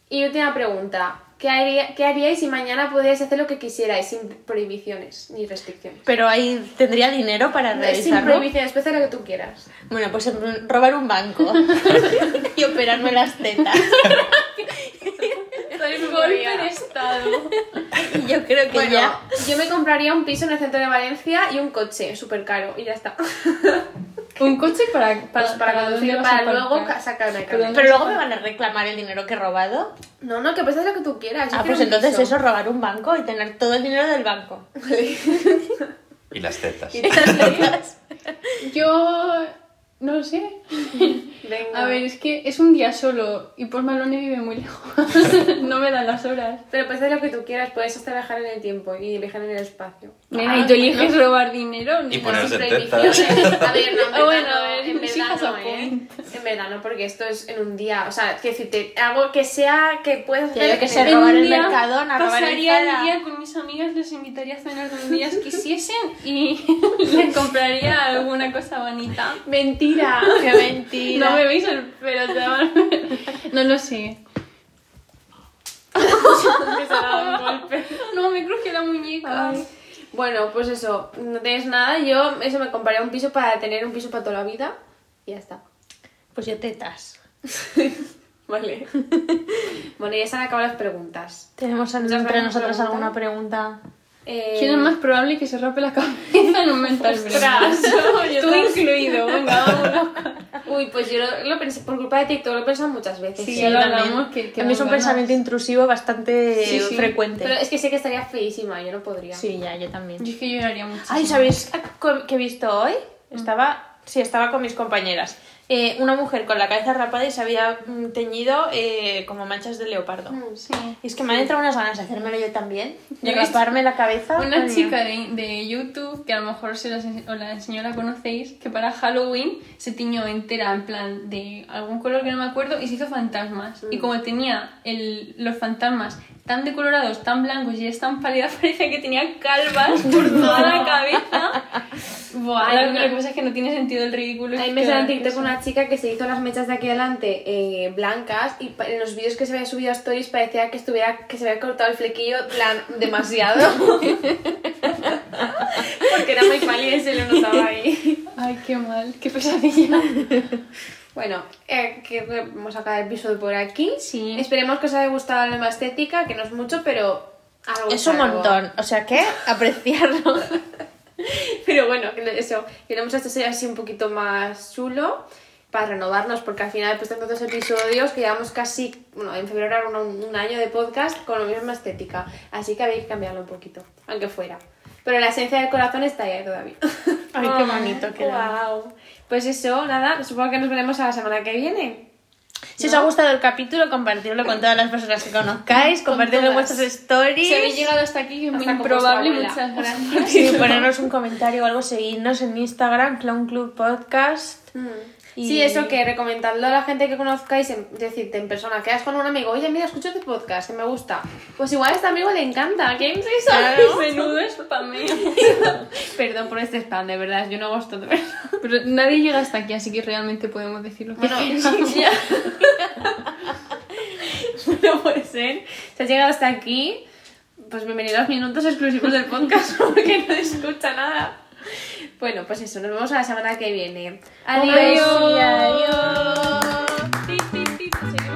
Speaker 2: Y última pregunta. ¿Qué, haría- qué haríais si mañana pudierais hacer lo que quisierais sin prohibiciones ni restricciones?
Speaker 4: Pero ahí tendría dinero para
Speaker 2: Sin
Speaker 4: realizarlo.
Speaker 2: prohibiciones, puedes hacer lo que tú quieras.
Speaker 4: Bueno, pues mm, robar un banco y operarme las tetas.
Speaker 3: Golpe de estado.
Speaker 4: Y yo creo que
Speaker 2: Bueno,
Speaker 4: ya.
Speaker 2: yo me compraría un piso en el centro de Valencia y un coche, súper caro, y ya está.
Speaker 3: Un coche para,
Speaker 2: Pues para
Speaker 3: dónde
Speaker 2: conducir,
Speaker 3: vas a
Speaker 2: para luego
Speaker 3: aparcar?
Speaker 2: ca- sacar una
Speaker 3: Pero-
Speaker 2: carne.
Speaker 4: Pero luego me van a reclamar el dinero que he robado.
Speaker 2: No, no, que puedes hacer lo que tú quieras. yo
Speaker 4: Ah,
Speaker 2: quiero
Speaker 4: pues
Speaker 2: un
Speaker 4: entonces
Speaker 2: piso.
Speaker 4: eso, robar un banco y tener todo el dinero del banco.
Speaker 5: Y las tetas.
Speaker 3: Yo. No sé.
Speaker 2: Venga.
Speaker 3: A ver, es que es un día solo y por Malone vive muy lejos. no me dan las horas.
Speaker 2: Pero puedes hacer lo que tú quieras, puedes hasta viajar en el tiempo y viajar en el espacio.
Speaker 3: Nena, ¿y tú eliges robar dinero?
Speaker 5: Y
Speaker 3: Nena,
Speaker 5: ponerse
Speaker 3: siempre hay
Speaker 5: tetas.
Speaker 2: prohibiciones. A ver, no, en verdad,
Speaker 3: Bueno,
Speaker 2: no,
Speaker 3: a ver,
Speaker 2: en
Speaker 3: sí
Speaker 2: verdad
Speaker 3: pasa
Speaker 2: no, ¿eh?
Speaker 3: point.
Speaker 2: En verdad no, porque esto es en un día. O sea, que decirte, algo que sea que puedas
Speaker 4: Que yo que sé,
Speaker 2: en-
Speaker 3: En
Speaker 4: robar
Speaker 3: un
Speaker 4: el
Speaker 3: día
Speaker 4: Mercadona, robar el
Speaker 3: pasaría
Speaker 4: Zara.
Speaker 3: el día con mis amigas, les invitaría a cenar donde ellas quisiesen y les compraría alguna cosa bonita.
Speaker 2: Mentira.
Speaker 4: ¡Qué mentira!
Speaker 3: No me veis el pelo, chaval. No lo sé. No, me crujió la muñeca.
Speaker 2: Bueno, pues eso, no tienes nada. Yo eso me compraría un piso para tener un piso para toda la vida y ya está.
Speaker 4: Pues yo tetas.
Speaker 2: Vale. bueno, ya se han acabado las preguntas.
Speaker 4: ¿Tenemos
Speaker 2: ¿Nos
Speaker 4: entre
Speaker 2: hacemos
Speaker 4: nosotros
Speaker 2: pregunta?
Speaker 4: alguna pregunta?
Speaker 2: Eh,
Speaker 3: ¿Quién es más probable que se rape la cabeza en un mental
Speaker 2: Ostras, yo
Speaker 3: Tú
Speaker 2: también.
Speaker 3: incluido, venga, vámonos.
Speaker 2: Uy, pues yo lo, lo pensé, por culpa de TikTok lo he pensado muchas veces.
Speaker 3: Sí,
Speaker 4: Sí,
Speaker 3: ya lo
Speaker 4: también.
Speaker 3: hablamos. Que, que
Speaker 4: a mí es un
Speaker 3: ganas.
Speaker 4: pensamiento intrusivo bastante
Speaker 3: Sí, sí.
Speaker 4: frecuente.
Speaker 2: Pero es que sé que estaría feísima, yo no podría.
Speaker 4: Sí, ya, yo también.
Speaker 3: Yo es que lloraría mucho.
Speaker 4: Ay, ¿sabéis a- co- qué he visto hoy?
Speaker 3: Mm.
Speaker 4: Estaba, sí, estaba con mis compañeras. Eh, una mujer con la cabeza rapada y se había mm, teñido eh, como manchas de leopardo. Y es que me han entrado unas ganas de hacérmelo yo también, de
Speaker 3: Mm, Yo he visto
Speaker 4: raparme la cabeza.
Speaker 3: Una
Speaker 4: Ay,
Speaker 3: chica de, de YouTube, que a lo mejor se las ense- os la enseñó, la conocéis, que para Halloween se tiñó entera en plan de algún color que no me acuerdo y se hizo fantasmas. Y como tenía el- los fantasmas tan decolorados, tan blancos y es tan pálida, parecía que tenía calvas por toda la cabeza. Buah,
Speaker 2: Ay,
Speaker 3: lo,
Speaker 2: una-
Speaker 3: lo que pasa es que no tiene sentido el ridículo.
Speaker 2: A mí
Speaker 3: y
Speaker 2: me sale
Speaker 3: quedar
Speaker 2: en TikTok
Speaker 3: eso.
Speaker 2: una chica que se hizo las mechas de aquí adelante eh, blancas y pa- en los vídeos que se había subido a Stories parecía que estuviera que se había cortado el flequillo plan demasiado. Porque era muy pálida y se lo notaba ahí.
Speaker 3: Ay, qué mal, qué pesadilla.
Speaker 2: Bueno, eh, que vamos a acabar el episodio por aquí.
Speaker 3: Sí.
Speaker 2: Esperemos que os haya gustado la nueva estética, que no es mucho, pero algo
Speaker 4: Es un
Speaker 2: algo.
Speaker 4: montón, o sea que apreciarlo.
Speaker 2: Pero bueno, que no- eso, que lo hemos hecho ser así un poquito más chulo para renovarnos, porque al final, pues tantos episodios que llevamos casi, bueno, en febrero era un, un año de podcast con la misma estética. Así que habéis que cambiarlo un poquito, aunque fuera. Pero la esencia del corazón está ahí todavía.
Speaker 4: Ay, qué bonito que era.
Speaker 2: wow. Pues eso, nada, supongo que nos veremos a la semana que viene.
Speaker 4: Si os ha gustado el capítulo, compartidlo con todas las personas que conozcáis, compartidlo en
Speaker 3: todas.
Speaker 4: vuestras stories.
Speaker 3: Si habéis llegado hasta aquí, que es muy
Speaker 2: Hasta como su
Speaker 3: improbable,
Speaker 2: abuela.
Speaker 3: muchas gracias.
Speaker 4: Sí, ponernos un comentario o algo, seguirnos en Instagram, Clown Club Podcast. Y-
Speaker 2: Sí, eso que recomendadlo a la gente que conozcáis, en, decirte en persona, quedas con un amigo, oye, mira, escucho tu podcast, que me gusta. Pues igual a este amigo le encanta, ¿quién se
Speaker 3: Claro. Menudo spameo.
Speaker 2: Perdón por este spam, de verdad, yo no gusto de verdad.
Speaker 3: Pero nadie llega hasta aquí, así que realmente podemos decir lo que
Speaker 2: Bueno,
Speaker 3: queramos.
Speaker 2: ya. no puede ser. Si has llegado hasta aquí, pues bienvenido a los minutos exclusivos del podcast porque no se escucha nada. Bueno, pues eso, nos vemos a la semana que viene.
Speaker 4: Adiós.
Speaker 2: Adiós.
Speaker 4: Adiós.
Speaker 2: Pi, pi, pi.